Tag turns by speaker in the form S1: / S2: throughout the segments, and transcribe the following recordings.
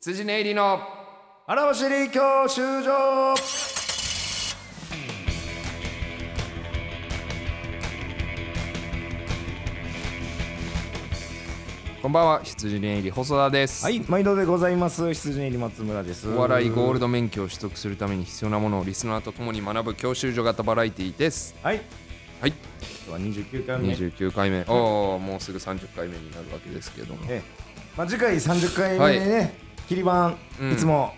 S1: 辻根入りの荒走り教習所こんばんは羊根入り細田です、
S2: はい、毎度でございます。羊入り松村です。
S1: お笑いゴールド免許を取得するために必要なものをリスナーと共に学ぶ教習所型バラエティです
S2: はい、
S1: はい
S2: 今日は二十九回目。
S1: 29回目おーもうすぐ30回目になるわけですけども
S2: ええまあ、次回三十回目でね、キリバン、
S1: うん
S2: いつも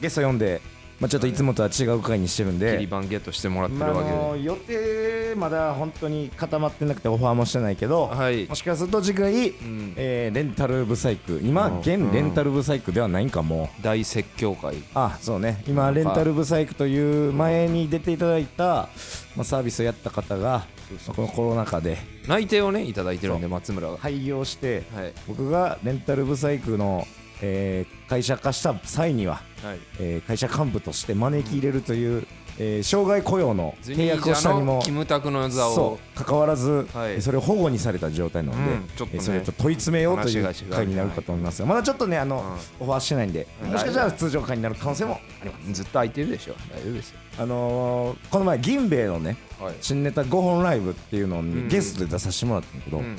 S2: ゲスト読んで、まあ、ちょっといつもとは違う回にしてるん
S1: 切り
S2: で。
S1: 番ゲットしてもらってる
S2: まあ、あ
S1: わけで、
S2: の予定まだ本当に固まってなくてオファーもしてないけど、
S1: はい
S2: もしかすると次回、
S1: ん
S2: えーレンタルブサイク今現
S1: うん
S2: レンタルブサイクではないんかもう
S1: 大説教会
S2: あそうね今レンタルブサイクという前に出ていただいた、まあ、サービスをやった方がまあこのコロナ禍で
S1: 内定をねいただいてるんで松村が
S2: 廃業して、
S1: はい
S2: 僕がレンタルブサイクの、えー会社化した際には、
S1: はい
S2: えー会社幹部として招き入れるという、えー障害雇用の
S1: ズニ
S2: 契
S1: ー
S2: 約
S1: ジ
S2: をし
S1: ャ
S2: たに
S1: の
S2: も
S1: キムタクの座
S2: そ
S1: を
S2: う関わらず、
S1: はい
S2: えーそれを保護にされた状態なので、
S1: うんちょっとね
S2: えーそれを問い詰めようとい
S1: 話
S2: う
S1: が違う
S2: 会になるかと思いますがまだちょっとねあの、オファーしてないんで、
S1: うん
S2: もしかしたら通常会になる可能性もあります。
S1: ずっと空いてるでしょ大丈夫ですよ
S2: あのーこの前銀兵衛のね
S1: はい
S2: 新ネタ5本ライブっていうの
S1: ん
S2: にゲストで出させてもらったんだけど、
S1: うん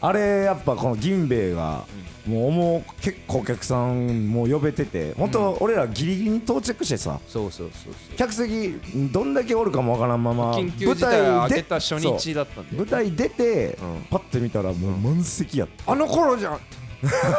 S2: あれやっぱこの銀兵衛がもうもう結構お客さんもう呼べてて本当俺らギリギリに到着してさ
S1: そうそうそうそう
S2: 客席どんだけおるかもわからんまま
S1: 緊急事態を開けた初日だったん
S2: そう
S1: で
S2: 舞台出て
S1: うん
S2: パッて見たらもう満席やっ
S1: あの頃じゃん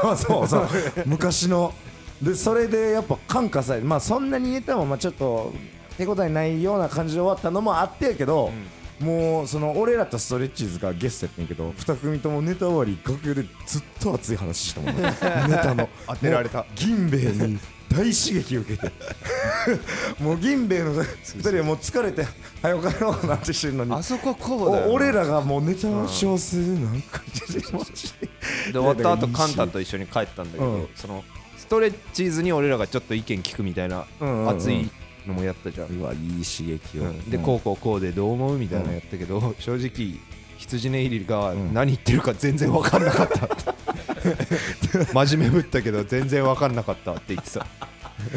S2: た そうそう昔のでそれでやっぱ感化されまあそんなにネタもまあちょっと手応えないような感じで終わったのもあってやけど、もうその俺らとストレッチーズがゲストやってんけど2組ともネタ終わり楽屋でずっと熱い話した もんねネタの当
S3: てられた
S2: 銀兵衛に大刺激を受け てもう銀兵衛の2人はもう疲れて「はよ帰ろう」なんてしてるのに
S1: あそここうだよな
S2: お俺らがもうネタの小数なんかしてまして
S1: で終わった後カンタと一緒に帰ったんだけど、
S2: うん
S1: そのストレッチーズに俺らがちょっと意見聞くみたいな
S2: うんうんうん
S1: 熱いのもやったじゃん、
S2: うわいい刺激を、
S1: うんでこうこうこうでどう思うみたいなのやったけど、正直羊ネイリが何言ってるか全然分かんなかったっ て真面目ぶったけど全然分かんなかったって言ってた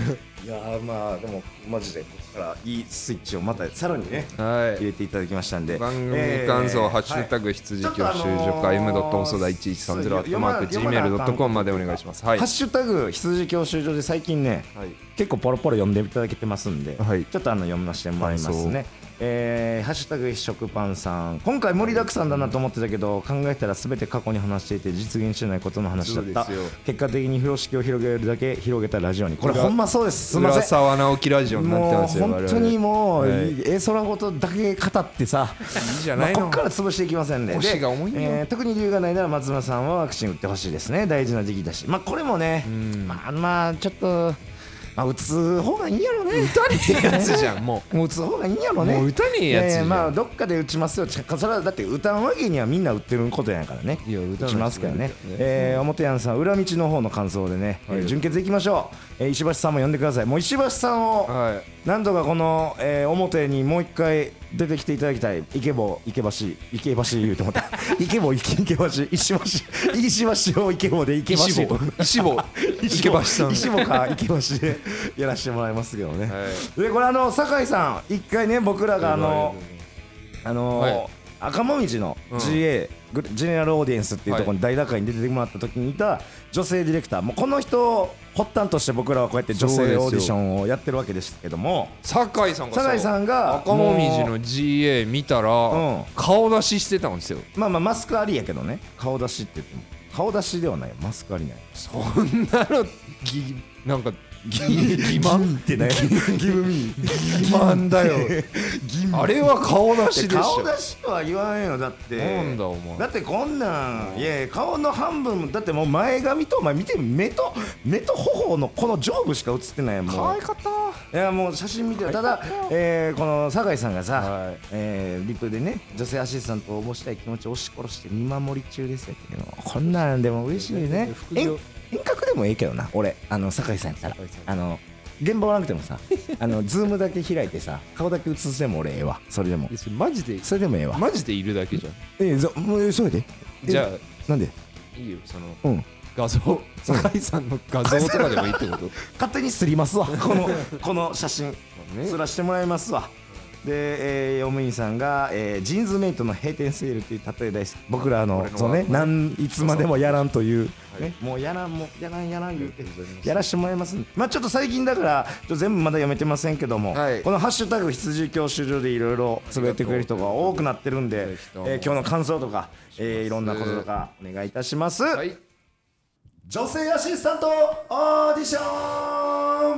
S2: うんいやーまあでもマジでここからいいスイッチをまたさらにね
S1: はい
S2: 入れていただきましたんで
S1: 番組感想、
S2: えー
S1: ハッシュタグ羊
S2: ち
S1: 教
S2: ょ
S1: 習
S2: っとあの
S1: 所
S2: ー
S1: か m 細田1130 at mark gmail.com までお願いします。はい
S2: ハッ。シュタグ羊教習所で最近ね、
S1: はい
S2: 結構ポロポロ読んでいただけてますんで、
S1: はい
S2: ちょっとあの読ませてもらいま
S1: 感
S2: す
S1: 想
S2: ね。えーハッシュタグ食パンさん今回盛りだくさんだなと思ってたけど考えたら全て過去に話していて実現してないことの話だった
S1: そうですよ
S2: 結果的に風呂敷を広げるだけ広げたラジオにこれほんまそうですすみませ
S1: 浦
S2: ん
S1: 沢直樹ラジオになって
S2: もう
S1: ますよ。
S2: 本当にもう、
S1: 我々はい
S2: ええ空ごとだけ語ってさ、
S1: いいじゃないの
S2: まあここから潰していきませんね。
S1: 腰が重いよ
S2: でえー特に理由がないなら松村さんはワクチン打ってほしいですね。大事な時期だし、まあこれもね、まあまあちょっと。まあ、打つ方がいいやろね。打たね
S1: やつじゃんも
S2: う。打つ方がいいやろね。
S1: もう打たねえやつじゃん
S2: いいまあ、どっかで打ちますよ。ちかそれはだって、歌うわけにはみんな打ってることやからね。
S1: いや打たない
S2: 打ちますからね
S1: 打たない。
S2: えー、表山さん、裏道の方の感想でね、えー純潔いきましょう、えー石橋さんも呼んでください。もう石橋さんを、
S1: う。はい。
S2: なんとかこの、えー表にもう一回出てきていただきたい池坊池橋池橋言うて思った 池坊池池橋石橋石橋を池坊で池橋
S1: 石坊石 坊池橋さん。
S2: 石坊か池橋でやらせてもらいますけどね、
S1: はい
S2: でこれあの酒井さん一回ね僕らがあのあのー
S1: はい
S2: 赤もみじの
S1: うん
S2: GA、グレジェネラルオーディエンスっていうところに大打開に出てもらった時にいた女性ディレクターもうこの人を発端として僕らはこうやって女
S1: そうです
S2: 性
S1: よ
S2: オーディションをやってるわけですけども
S1: 酒井さんが
S2: 酒井さんが
S1: 赤もみじの GA 見たら、
S2: ん
S1: 顔出ししてたんですよ
S2: まあまあマスクありやけどね顔出しって言っても顔出しではないマスクありない
S1: そんなのぎなんかぎ欺
S2: ギ
S1: 瞞
S2: ンってねギブミ
S1: 欺瞞だよあれは顔出しでしょ
S2: 顔出しとは言わんよだって
S1: なんだお前
S2: だってこんなんいやいや顔の半分もだってもう前髪とお前見て目と目と頬のこの上部しか映ってないやんもう
S1: 可愛かった
S2: いやもう写真見てるただ、えーこの酒井さんがさ、えーリプでね女性アシスタントを応募したい気持ちを押し殺して見守り中ですやけどこんなんでも嬉しいね
S1: 副業
S2: 遠遠隔でもええけどな俺あの酒井さんやったら
S1: 酒井さ
S2: あの現場おらなくてもさ あのズームだけ開いてさ顔だけ映すでも俺ええわそれでも
S1: いやそれマジで
S2: それでもええわ、
S1: マジでいるだけじゃん
S2: ええぞもうそれでえ
S1: じゃあ
S2: なんで
S1: いいよその
S2: うん
S1: 画像酒井さんの画像とかでもいいってこと
S2: 勝手にす りますわこのこの写真
S1: ね
S2: すらしてもらいますわで、えー、用務員さんが、えージーンズメイトの閉店セールっていう例え大好き僕らの
S1: 俺の
S2: そう、ね、なんいつまでもやらんという、
S1: はい
S2: ね、もうやらんもうやらんやらん言うて
S1: ありがとうございます
S2: やらしてもらいますんでまあちょっと最近だからちょっと全部まだ読めてませんけども、
S1: はい
S2: この「ハッシュタグ羊教習所」でいろいろつぶやいてくれる人が多くなってるんで
S1: ぜひ、とも
S2: えー今日の感想とか、えーいろんなこととかお願いいたします、
S1: はい
S2: 女性アシスタントオーディション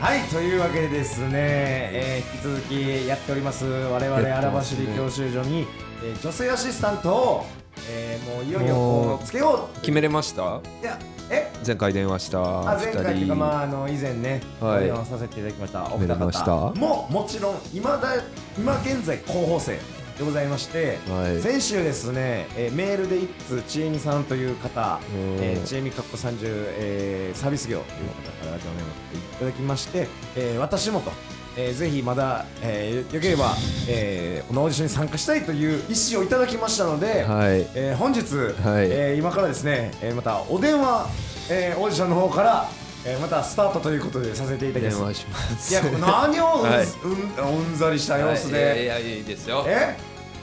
S2: はいというわけでですね、えー引き続きやっております我
S1: や
S2: 々
S1: って
S2: 荒
S1: ます
S2: 走
S1: ね
S2: り教習所に、えー女性アシスタントを、えーもういよい
S1: も
S2: よこ
S1: う
S2: うつけよ
S1: 決めれました
S2: ういやえ
S1: 前回電話した
S2: あ
S1: 二
S2: 前
S1: 人
S2: 回というかまああの以前ね、
S1: はい
S2: お電話させていただきましたお
S1: めでと
S2: 二
S1: うございました
S2: 方ももちろん今だ今現在候補生でございまして、
S1: はい
S2: 先週ですね、えーメールで一通ちえみさんという方、
S1: うん
S2: えー、ちえみかっこ30、えーサービス業という方からラジオネームいただきまして、えー私もと。えーぜひまだ、えーよければ、えーこのオーディションに参加したいという意思をいただきましたので、
S1: はい
S2: えー本日、
S1: はい
S2: えー今からですね、えーまたお電話、えー、オーディションの方から、えーまたスタートということでさせていただき
S1: 電
S2: ま
S1: 話
S2: す。
S1: します
S2: いや、何をうん,、
S1: はい
S2: うん、うんざりした様子で、
S1: はいいやいやいいですよ
S2: え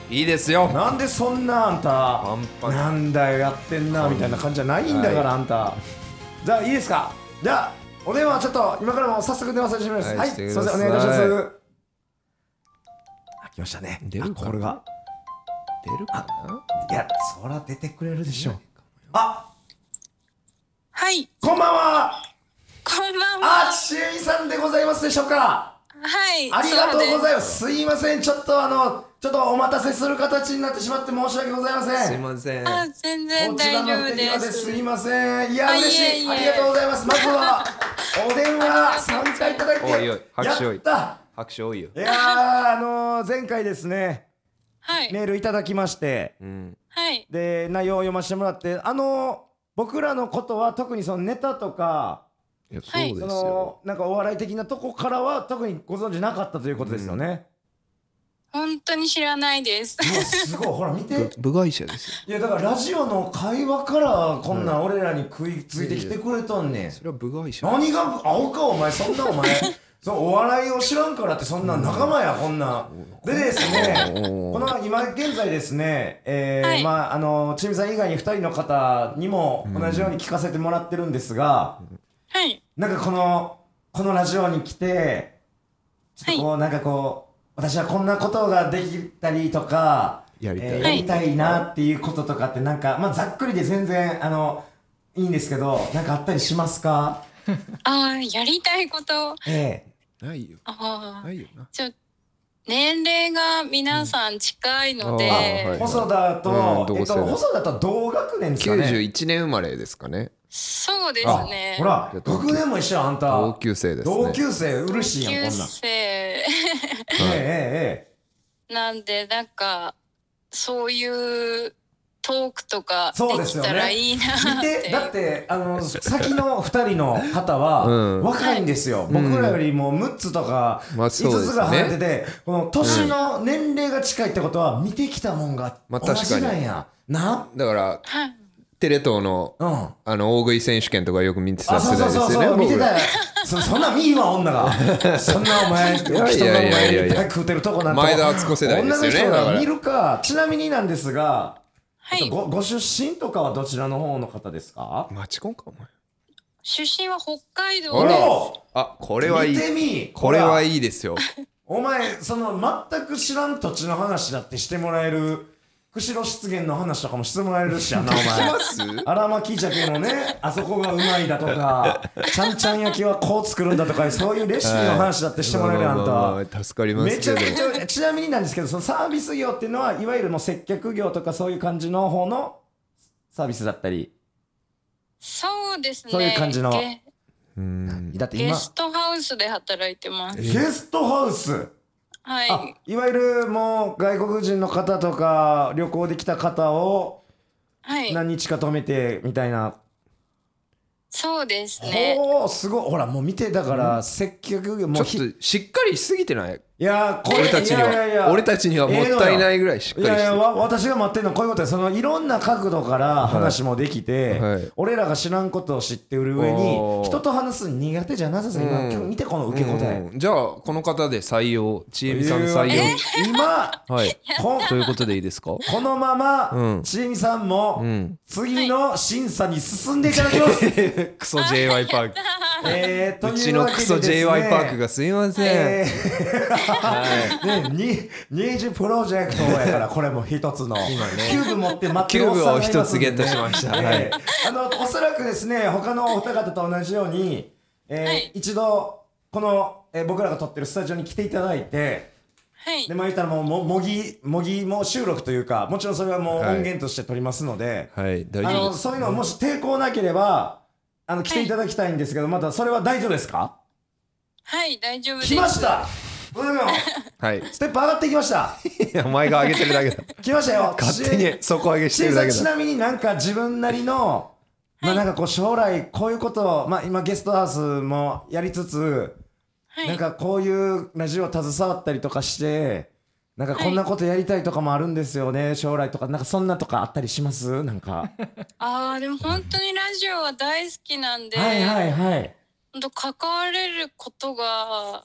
S1: いいですよ
S2: なんでそんなあんた
S1: パンパン
S2: なんだよやってんなみたいな感じじゃないんだから、
S1: は
S2: あんたじゃあいいですかじゃあお電話ちょっと今からもう早速電話させてもらいま
S1: は
S2: す
S1: い
S2: はい、
S1: し
S2: す
S1: て
S2: い
S1: くだ
S2: ま
S1: さい
S2: せんお願いいたしますあ来ましたね
S1: 出
S2: あ
S1: るかな
S2: これが
S1: 出るか
S2: いやそら出てくれるでしょあ
S3: はい、
S2: こんばんは
S3: こんばんは。
S2: あちえみさんでございますでしょうか
S3: はい、
S2: ありがとうござ
S3: い
S2: いますすいませんちょっとあのちょっとお待たせする形になってしまって申し訳ございません
S1: なすいません
S3: あ、全然
S2: こちら
S3: 大
S2: の
S3: 丈夫
S2: 手
S3: で。
S2: 際ですすいませんいや
S3: あ
S2: 嬉しい
S3: いえいえ
S2: ありがとうございますまずはお電話参加いただいて
S1: おいおい拍手おい
S2: やった
S1: 拍手多いよ
S2: いやーあのー、前回ですね
S3: はい、
S2: メールいただきまして
S1: うん
S3: はい、
S2: で内容を読ませてもらってあのー、僕らのことは特にそのネタとか
S1: いやそ
S3: はいう
S1: です
S2: そ
S1: よ
S2: のなんかお笑い的なとこからは特にご存知なかったということですよね、
S3: 本当に知らないです。
S2: うわすごいほら見 て
S1: ぶ部外者ですよ
S2: いやだからラジオの会話からこんなん俺らに食いついてきてくれとんねん、
S1: それは部外者
S2: 何が青かお前そんなお前そのお笑いを知らんからってそんな仲間やこんなでですね
S1: お
S2: こ
S1: ー
S2: の今現在ですね、えー
S3: はい
S2: まああのちみさん以外に2人の方にも同じように聞かせてもらってるんですが、
S3: はい、
S2: なんかこのこのラジオに来てちょっとこう、なんかこう私はこんなことができたりとか
S1: やりたい
S2: えーやりたいなっていうこととかってなんか、まあ、ざっくりで全然あのいいんですけどなんかあったりしますか
S3: あー、やりたいこと。
S2: ええ
S1: ないよ
S3: あ
S1: な
S3: ー、
S1: いよな
S3: ちょ、年齢が皆さん近いので、
S1: うんあーはい
S2: 細田と、
S1: うん
S2: えっ
S1: 同
S2: と、
S1: 世代
S2: 細田と同学年ですかね。
S1: 91年生まれですかね
S3: そうです
S2: あ
S3: ね。
S2: ほら、
S1: 同級
S2: 学年も一緒やん、あんた。
S1: 同級生ですね
S2: 同級生、うるしいやん、こ
S3: 9
S2: んなん。
S3: 生
S2: えええええ
S3: なんで、なんか、そういうトークとか
S2: そう
S3: で
S2: で
S3: き
S2: すよね
S3: たらいいな
S2: え。見
S3: って。
S2: て、だって、あの、先の二人の方は、
S1: うん
S2: 若いんですよ。僕らよりも6つとか、
S1: まあ
S2: 5
S1: そうですね
S2: つぐらい離れてて、この年の年齢が近いってことは、見てきたもんが
S1: まあ
S2: 同じなんや。な
S1: だから
S3: はい
S1: テレ東の
S2: うん。
S1: あの大食い選手権とかよく見てた
S2: あ、
S1: 世
S2: そう
S1: 代で
S2: そう
S1: す
S2: そうそう、
S1: よね
S2: 見て
S1: 僕
S2: た
S1: ら
S2: よ。そそんな見いわ、女が。そんなお前、人がお
S1: やいやいやい
S2: 前に
S1: や
S2: いっぱい食うてるとこなんて。
S1: 前田敦子世代ですよね
S2: 女の人
S1: だから
S2: が見るか。ちなみになんですが、
S3: はい。
S2: ごご出身とかはどちらの方の方ですか
S1: マチコンかお前
S3: 出身は北海道
S1: あら
S3: で
S2: お
S1: あこれはいい
S2: 見てみ
S1: これ
S2: ほら
S1: はいいですよ
S2: お前、その全く知らん土地の話だってしてもらえる、釧路湿原の話とかもしてもらえるしやな、お
S1: し
S2: 前
S1: ま。す
S2: 荒巻鮭のね、あそこがうまいだとか、ちゃんちゃん焼きはこう作るんだとか、そういうレシピの話だってしてもらえるやんた。
S1: まあまあまあ助かります
S2: め
S1: け
S2: ちゃ
S1: ど
S2: くちゃちなみになんですけどそのサービス業っていうのはいわゆるもう接客業とかそういう感じの方のサービスだったり
S3: そうですね。
S2: そういう感じの
S3: ゲ
S1: うん
S2: だって
S3: ゲ
S2: 今
S3: ストハウスで働いてます。
S2: ゲストハウス
S3: は
S2: あ
S3: い。
S2: いわゆるもう外国人の方とか旅行で来た方を
S3: はい。
S2: 何日か泊めてみたいな、
S3: そうですね。
S2: ほうすごいほらもう見てだから接客業も
S1: ちょ
S2: う
S1: っ
S2: ひ
S1: としっかりしすぎてない
S2: いいやーこれ
S1: 俺たちにはい
S2: やいやいや
S1: 俺たちにはもったいないぐらいしっかりして
S2: いやいやわ私が待ってるのはこういうことやそのいろんな角度から話もできて、
S1: はい
S2: 俺らが知らんことを知ってる上
S1: おー
S2: に人と話すの苦手じゃなさそう今、
S1: うん
S2: 今日見てこの受け答え、
S1: うんじゃあこの方で採用ちえみさん採
S2: い
S1: 用
S2: や今
S1: はい
S2: こん
S1: ということでいいですか
S2: このま
S1: う
S2: ま
S1: ん
S2: ちえみさんも
S1: うん
S2: 次の審査に進んでいただき ます、
S1: クソ j y パーク
S2: えー、とい う
S1: うちのクソ j y パークがすいません、
S2: え
S1: はい
S2: ー、ねに二次プロジェクトやからこれも一つの
S1: 今ね
S2: キューブ持って待っ
S1: キ
S2: て
S1: ュ
S2: るお
S1: ー
S2: っ
S1: ブ
S2: さん
S1: を
S2: がいま
S1: 一
S2: す
S1: つ
S2: ん
S1: ゲ
S2: で
S1: ットしました、はい
S2: ええあのおそらくですね他のお二方と同じように、えー
S3: はい
S2: 一度この、えー僕らが撮ってるスタジオに来ていただいて
S3: はい
S2: で。まあ言ったらもうも模擬模擬も収録というかもちろんそれはもう
S1: はい
S2: 音源として撮りますので、
S1: はい、大
S2: あ
S1: 丈夫
S2: の
S1: です
S2: そういうのもし抵抗なければあの来ていただきたいんですけど、まだそれは大丈夫ですか
S3: はい、大丈夫です。
S2: 来ましたうん
S1: はい
S2: ステップ上がってきました
S1: いやお前が上げてるだけだ
S2: 来ましたよ
S1: 勝手に底上げして
S2: 新
S1: る
S2: さ
S1: だ
S2: ん
S1: け
S2: ち
S1: だ
S2: なみになんか自分なりの、まあ
S3: はい
S2: なんかこう将来こういうことを、まあ今ゲストハウスもやりつつ、
S3: はい。
S2: なんかこういうラジオ携わったりとかして、なんかこんなことやりたいとかもあるんですよね、将来とか、なんかそんなとかあったりしますなんか。
S3: ああ、でも本当にラジオは大好きなんで、
S2: はいはいはい。
S3: 本当関われることが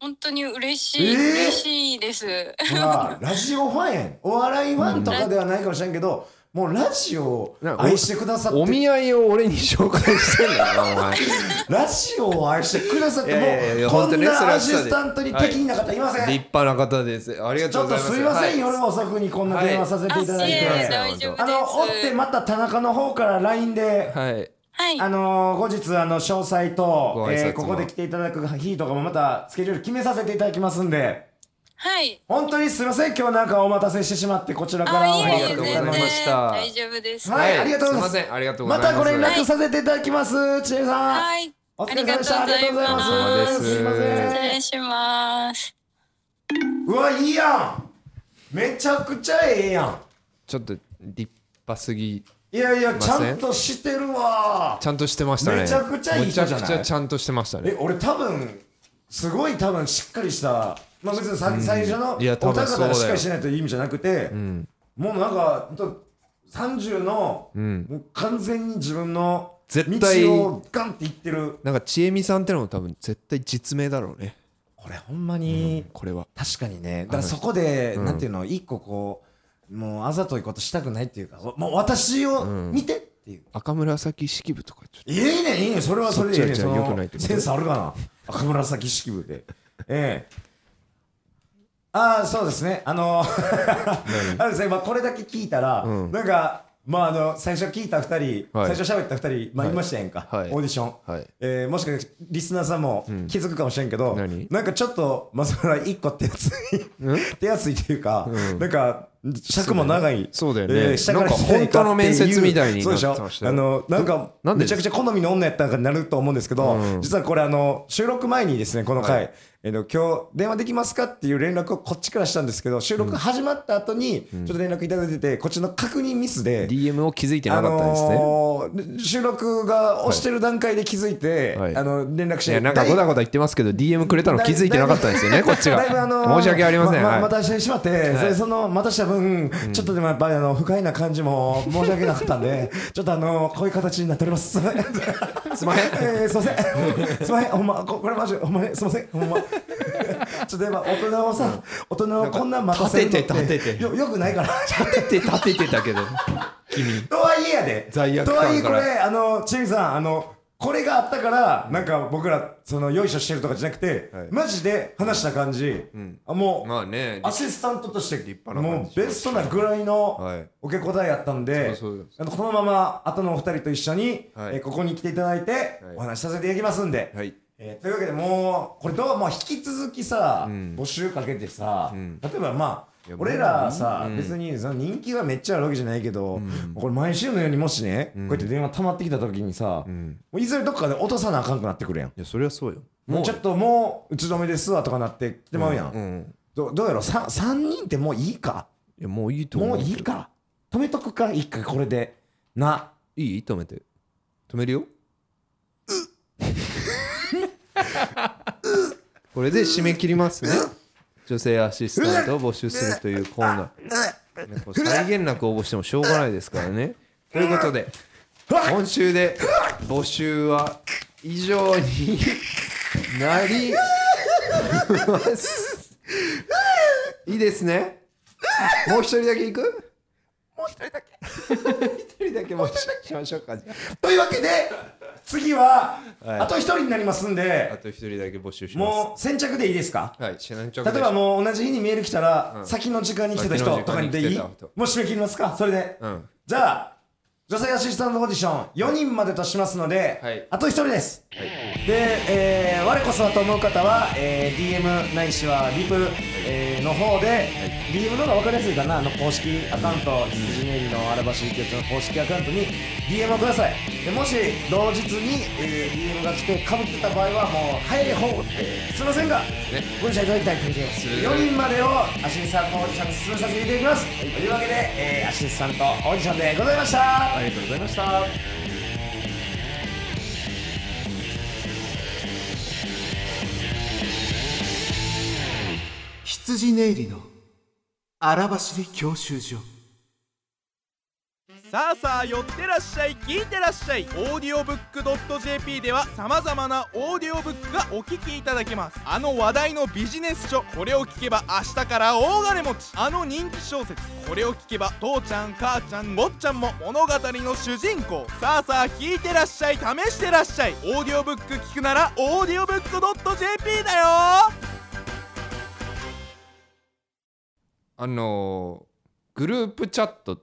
S3: 本当に嬉しい、
S2: えー
S3: 嬉しいです。
S2: ほらラジオファンやんお笑いファンとかではないかもしれんけど、もうラジオを愛してくださって
S1: お見合いを俺に紹介してんだよなお前
S2: ラジオを愛してくださって、
S1: いやいやいや
S2: もう、
S1: 本
S2: こ
S1: 当
S2: ん
S1: にねそれ
S2: な
S1: は
S2: アシスタントに
S1: はい
S2: 適任な方いません。
S1: 立派な方ですありが
S2: ち
S1: とう
S2: ょっ
S1: ござ
S2: と
S1: います
S2: すいません、
S1: は
S2: 夜遅くにこんな電話させていただいて。
S1: はい
S3: あいえいえ大丈夫
S2: あの、
S3: です
S2: 追ってまた田中の方から LINE で、
S1: はい
S3: はい。
S2: あの後日、あの、詳細
S1: ご
S2: と、
S1: 挨拶も
S2: えーここで来ていただく日とかもまたスケジュール決めさせていただきますんで、
S3: はい。
S2: 本当にすいません、今日なんかお待たせしてしまって、こちらから
S3: あ、い
S2: お
S3: え
S1: あ
S3: い
S1: り
S3: え、
S1: がと
S2: 話を
S1: うござい
S3: 全然
S1: ました
S3: 大丈夫です。
S2: はいありがとうございます
S1: すいませんありがとうござい
S2: ま
S1: ます
S2: たご連
S3: は
S2: 絡
S3: い
S2: させていただきます、ちえさん。
S3: はい。
S2: お疲れ様でした。あ
S3: あ
S2: り
S3: り
S2: が
S3: が
S2: と
S3: と
S2: う
S3: う
S2: ご
S3: ご
S2: ざ
S3: ざ
S2: い
S3: い
S2: ま
S3: ます
S2: す。す
S1: お
S2: いません
S3: 失礼。します。
S2: うわ、いいやん。めちゃくちゃええやん。
S1: ちょっと立派すぎ
S2: いやいや、
S1: ま
S2: ち
S1: せん
S2: ゃんとしてるわ
S1: ち。ゃんとしてましたね
S2: めちゃくちゃいい人じゃない
S1: めちゃくちゃちゃんとしてましたね
S2: え、俺多分、すごい多分しっかりした、まあ別にさ、最初のお
S1: いや多分
S2: 高
S1: そう
S2: さ
S1: だよ
S2: がしっかりしないという意味じゃなくて、もうなんか、ほんと30の、もう完全に自分の
S1: 絶対
S2: 道をガンっていってる。
S1: なんかちえみさんってのも多分絶対実名だろうね
S2: これほんまに、
S1: これは
S2: 確かにね、だからそこで、なんていうの、一個こう、もうあざといことしたくないっていうか、もう私を見てっていう。
S1: 赤紫式部とかちょっ
S2: いいね、いいね、それはそれでいい
S1: そっ
S2: ね、
S1: ち
S2: そ
S1: はじゃあ良くない
S2: の
S1: ってこと
S2: センスあるかな、赤紫式部で。ええ。ああ、そうですね、あの、 あのですね、まあ、これだけ聞いたら、なんか、まあ、あの、最初聞いた二人、
S1: はい
S2: 最初喋った二人、まあ、いましたやんか、
S1: はい
S2: オーディション。
S1: はい
S2: えーもしかして、リスナーさんも気づくかもしれんけど、
S1: 何
S2: なんかちょっと、まあ、それは一個手厚い、手厚いというか、なんか、尺も長い。
S1: そうだよね
S2: えー下から
S1: なんか本当の面接みたいに
S2: そうでし
S1: なって
S2: ょ
S1: ましたよ
S2: あの、なんか、
S1: なんで
S2: めちゃくちゃ好みの女やったんかになると思うんですけど、実はこれあの、収録前にですね、この回、えの、今日電話できますかっていう連絡をこっちからしたんですけど、収録始まった後に、ちょっと連絡いただいてて、こっちの確認ミスで、
S1: と DM を気づいてなかったんですね、
S2: あのー収録が押してる段階で気づいて、
S1: はい
S2: あの連絡し
S1: い
S2: て、
S1: やなんかごだごだ言ってますけど DM くれたの気づいてなかったんですよねこっちが
S2: だいぶあのー
S1: 申し訳ありません
S2: ま
S1: はい
S2: またしてしまって、それそのまたした分、ちょっとでもやっぱりあの不快な感 じも申し訳なかったんでちょっとあのこういう形になっておりますすいません
S1: すいません
S2: えーすいませんすいませんほんまここれマジほんまにすいませんほんま ちょっと今大人をさ大人をこんなん待たせるのっ
S1: 立てて立てて
S2: よよくな いから
S1: 立てて立ててたけど
S2: とはいえやで
S1: 罪悪
S2: と
S1: 感
S2: はいえこ
S1: から
S2: れあのちえみさんあのこれがあったからなんか僕らそのよいしょしてるとかじゃなくて、
S1: はい
S2: マジで話した感じ、あもう、
S1: まあね
S2: アシスタントとして
S1: 派な感
S2: も
S1: じ
S2: うベストなぐらいの
S1: はい
S2: 受け答えやったんで、
S1: そうそう
S2: あのこのまま後のお二人と一緒に、
S1: はい
S2: えーここに来ていただいて、お話しさせていただきますんで、
S1: はい
S2: えーというわけでもうこれどうもう引き続きさ、募集かけてさ、例えばまあ
S1: や
S2: 俺らさ、別にその人気がめっちゃあるわけじゃないけど、これ毎週のようにもしね、こうやって電話溜まってきた時にさ、もういずれどっかで落とさなあかんくなってくるやん
S1: いやそりゃそうよ
S2: もうちょっともう打ち止めですわとかなってきてまうやん、
S1: うん
S2: どどうやろ 3, 三人ってもういいか
S1: いやもういいと思
S2: も
S1: う
S2: ういいか止めとくかいいかこれでない
S1: い止めて止めるよこれで締め切りますね女性アシスタントを募集するというコーナー、ねこれ際限なく応募してもしょうがないですからね ということで今週で募集は以上に なりますいいですねもう一人だけ行くも う一人だけ一人だけもうしましょうかじゃ
S2: というわけで次は、
S1: はい
S2: あと一人になりますん
S1: ああ
S2: で
S1: と一人だけ募集します
S2: もう先着でいいですか
S1: はい、知らんちょ
S2: 例えばもう同じ日にメール来たら、先の時間に来てた人
S1: 先の時
S2: とか
S1: 間に
S2: に
S1: 来
S2: で
S1: てた
S2: いいも
S1: 人
S2: う締め切りますかそれで、
S1: うん
S2: じゃあ女性アシスタントポジション4人までとしますので、
S1: はい
S2: あと1人です、
S1: い
S2: で、えー我こそはと思う方は、えー DM ないしはリプ、えーの方で、DM の方が分かりやすいかなあの公式アカウント羊ネイリのアルバシー局の公式アカウントに DM をくださいでもし同日に、えー DM が来てかぶってた場合はもう入れ方ってすいませんが、
S1: ね
S2: ご理解いただきたいと思います
S1: 鋭い
S2: 4人までをアシスタントオーディションに進めさせていただきます、というわけで、えーアシスタントオーディションでございました
S1: ありがとうございました。
S4: 羊ネイリの荒走り教習所
S5: さあさあ寄ってらっしゃい聞いてらっしゃいオーディオブックドット JP ではさまざまなオーディオブックがお聞きいただけますあの話題のビジネス書これを聞けば明日から大金持ちあの人気小説これを聞けば父ちゃん母ちゃん坊ちゃんも物語の主人公さあさあ聞いてらっしゃい試してらっしゃいオーディオブック聞くならオーディオブックドット JP だよ
S1: あのーグループチャットっ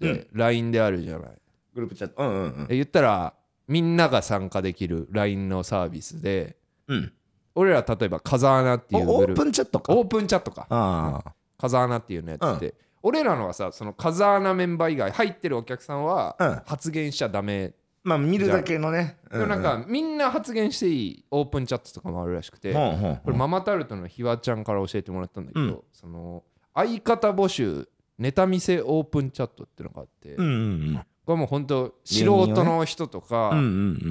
S2: う
S1: て LINE であるじゃない、
S2: グループチャットうんうんうん
S1: え言ったらみんなが参加できる LINE のサービスで、
S2: うん
S1: 俺ら例えば「風穴」っていう
S2: おオ
S1: グル
S2: ー
S1: ープ
S2: プンチャットか
S1: オープンチャットか
S2: ああ
S1: 「風穴」っていうのやってて、俺らのはさその風穴メンバー以外入ってるお客さんは
S2: うん
S1: 発言しちゃダメ、
S2: まあ見るだけのね
S1: でもなんかみんな発言していいオープンチャットとかもあるらしくて、
S2: うんうんうん
S1: これママタルトのひわちゃんから教えてもらったんだけど、
S2: うん
S1: その相方募集ネタ見せオープンチャットっていうのがあって、
S2: う
S1: こ
S2: んうん
S1: れもう本当素人の人とか、
S2: うんうんう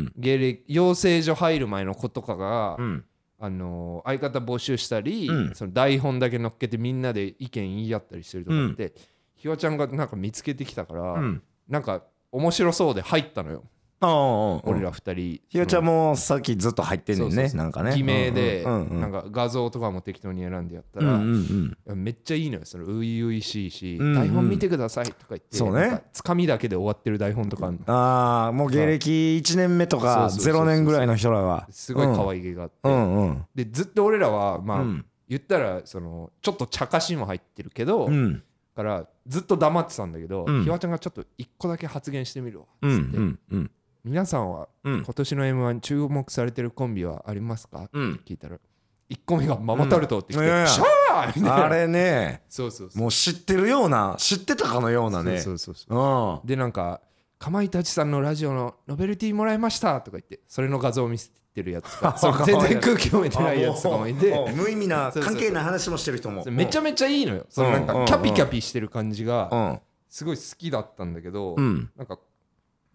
S2: ん
S1: 芸歴養成所入る前の子とかが、
S2: うん
S1: あの相方募集したり、
S2: うん
S1: その台本だけ乗っけてみんなで意見言い合ったりしてるとかって、ひわちゃんがなんか見つけてきたから、
S2: うん
S1: なんか面白そうで入ったのよ、
S2: ああ
S1: 俺ら二人。
S2: ひよちゃんもさっきずっと入ってんね
S1: そう
S2: ん
S1: そう
S2: ね
S1: そう
S2: なんかね
S1: 偽名で
S2: うんうんう
S1: なん
S2: ん
S1: か画像とかも適当に選んでやった
S2: うんう
S1: ら、
S2: んうん
S1: めっちゃいいのよその初々しいし、
S2: うんうん
S1: 台本見てくださいとか言って
S2: そうね
S1: なんかつかみだけで終わってる台本とかあんの
S2: ああもう芸歴1年目とか
S1: そうそうそうそう
S2: 0年ぐらいの人らが
S1: すごい可
S2: い
S1: 愛げがあって、
S2: うんうん
S1: でずっと俺らはまあ、
S2: うん
S1: 言ったらそのちょっと茶化しも入ってるけど、
S2: うん
S1: からずっと黙ってたんだけど、
S2: うん
S1: ひわちゃんがちょっと一個だけ発言してみるわ
S2: うんう
S1: つって、
S2: んうん
S1: 皆さんは
S2: うん
S1: 今年の m 1注目されてるコンビはありますか、
S2: うん
S1: って聞いたら1個目がママタルトってきて「
S2: うんいやいや
S1: シャー!」みたいな
S2: あれね
S1: そうそうそう
S2: もう知ってるような知ってたかのようなね
S1: そうそうそうそう
S2: うん
S1: でなんか「かまいたちさんのラジオのノベルティもらいました」とか言ってそれの画像を見せてるやつと かそれ全然空気読めてないやつとかもいて
S2: あもうもう無意味な
S1: そうそう
S2: 関係ない話もしてる人も
S1: めちゃめちゃいいのよそのなん
S2: うんうん
S1: か
S2: うん
S1: キャピキャピしてる感じ
S2: う
S1: が
S2: ん
S1: すごい好きだったんだけど
S2: うん
S1: なんか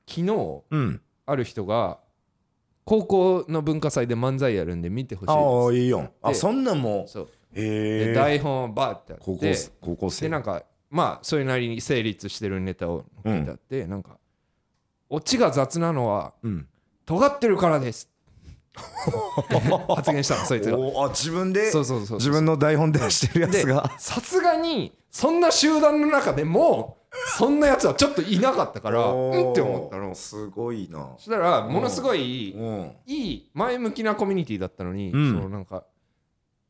S1: 昨日
S2: うん
S1: ある人が高校の文化祭で漫才やるんで見てほし
S2: あ
S1: い
S2: あ
S1: で
S2: いいよあ
S1: で
S2: そんなんも
S1: すそう
S2: へ
S1: で
S2: え
S1: 台本をバーってあ
S2: 高
S1: っ
S2: 校
S1: て
S2: 生高校生
S1: でなんかまあそれなりに成立してるネタを書いてあってなんかオチが雑なのは
S2: うん
S1: 尖ってるからです 発言したのそいつが
S2: おーあ自分で
S1: そうそうそう
S2: 自分の台本でしてるや
S1: で
S2: つが
S1: さすがにそんな集団の中でもそんなやつはちょっといなかったからうんって思ったのそ
S2: すごいな
S1: したらものすごい
S2: うん
S1: いい前向きなコミュニティだったのに、
S2: うん
S1: そのなんか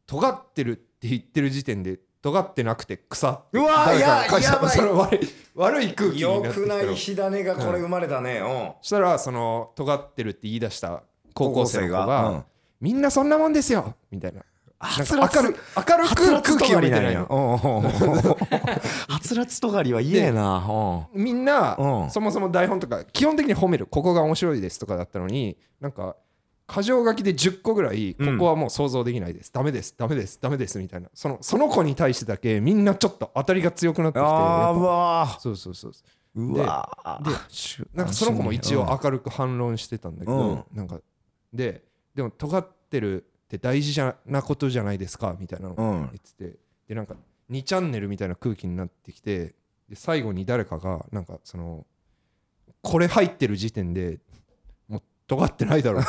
S1: 尖ってるって言ってる時点で尖ってなくて草って
S2: うわー
S1: 誰かが
S2: や
S1: 返した
S2: やばい
S1: それ悪い悪い空気にな
S2: よ
S1: ってき
S2: く
S1: た
S2: な
S1: の
S2: い火種がこれ生まれたねうん
S1: そしたらその尖ってるって言い出した高校生の子
S2: 高校生が
S1: が、
S2: うん
S1: みんなそんなもんですよみたいななんか
S2: はつらつ
S1: 明るい明るく空気読めてないの
S2: はつらつとがりは嫌やなう
S1: みんな、
S2: うん
S1: そもそも台本とか基本的に褒めるここが面白いですとかだったのになんか箇条書きで10個ぐらいこ
S2: うん
S1: こはもう想像できないです、ダメですダメですダメですみたいなそのその子に対してだけみんなちょっと当たりが強くなって
S2: ん
S1: きて
S2: あーう
S1: やっ
S2: わ
S1: ぱそうそうそう
S2: ーうわー
S1: でなんかその子も一応明るく反論してたんだけど、
S2: うん
S1: なんかででも尖ってるって大事じゃなことじゃないですかみたいなのを
S2: うん
S1: 言っててでなんか2チャンネルみたいな空気になってきてで最後に誰かがなんかそのこれ入ってる時点でもう尖ってないだろう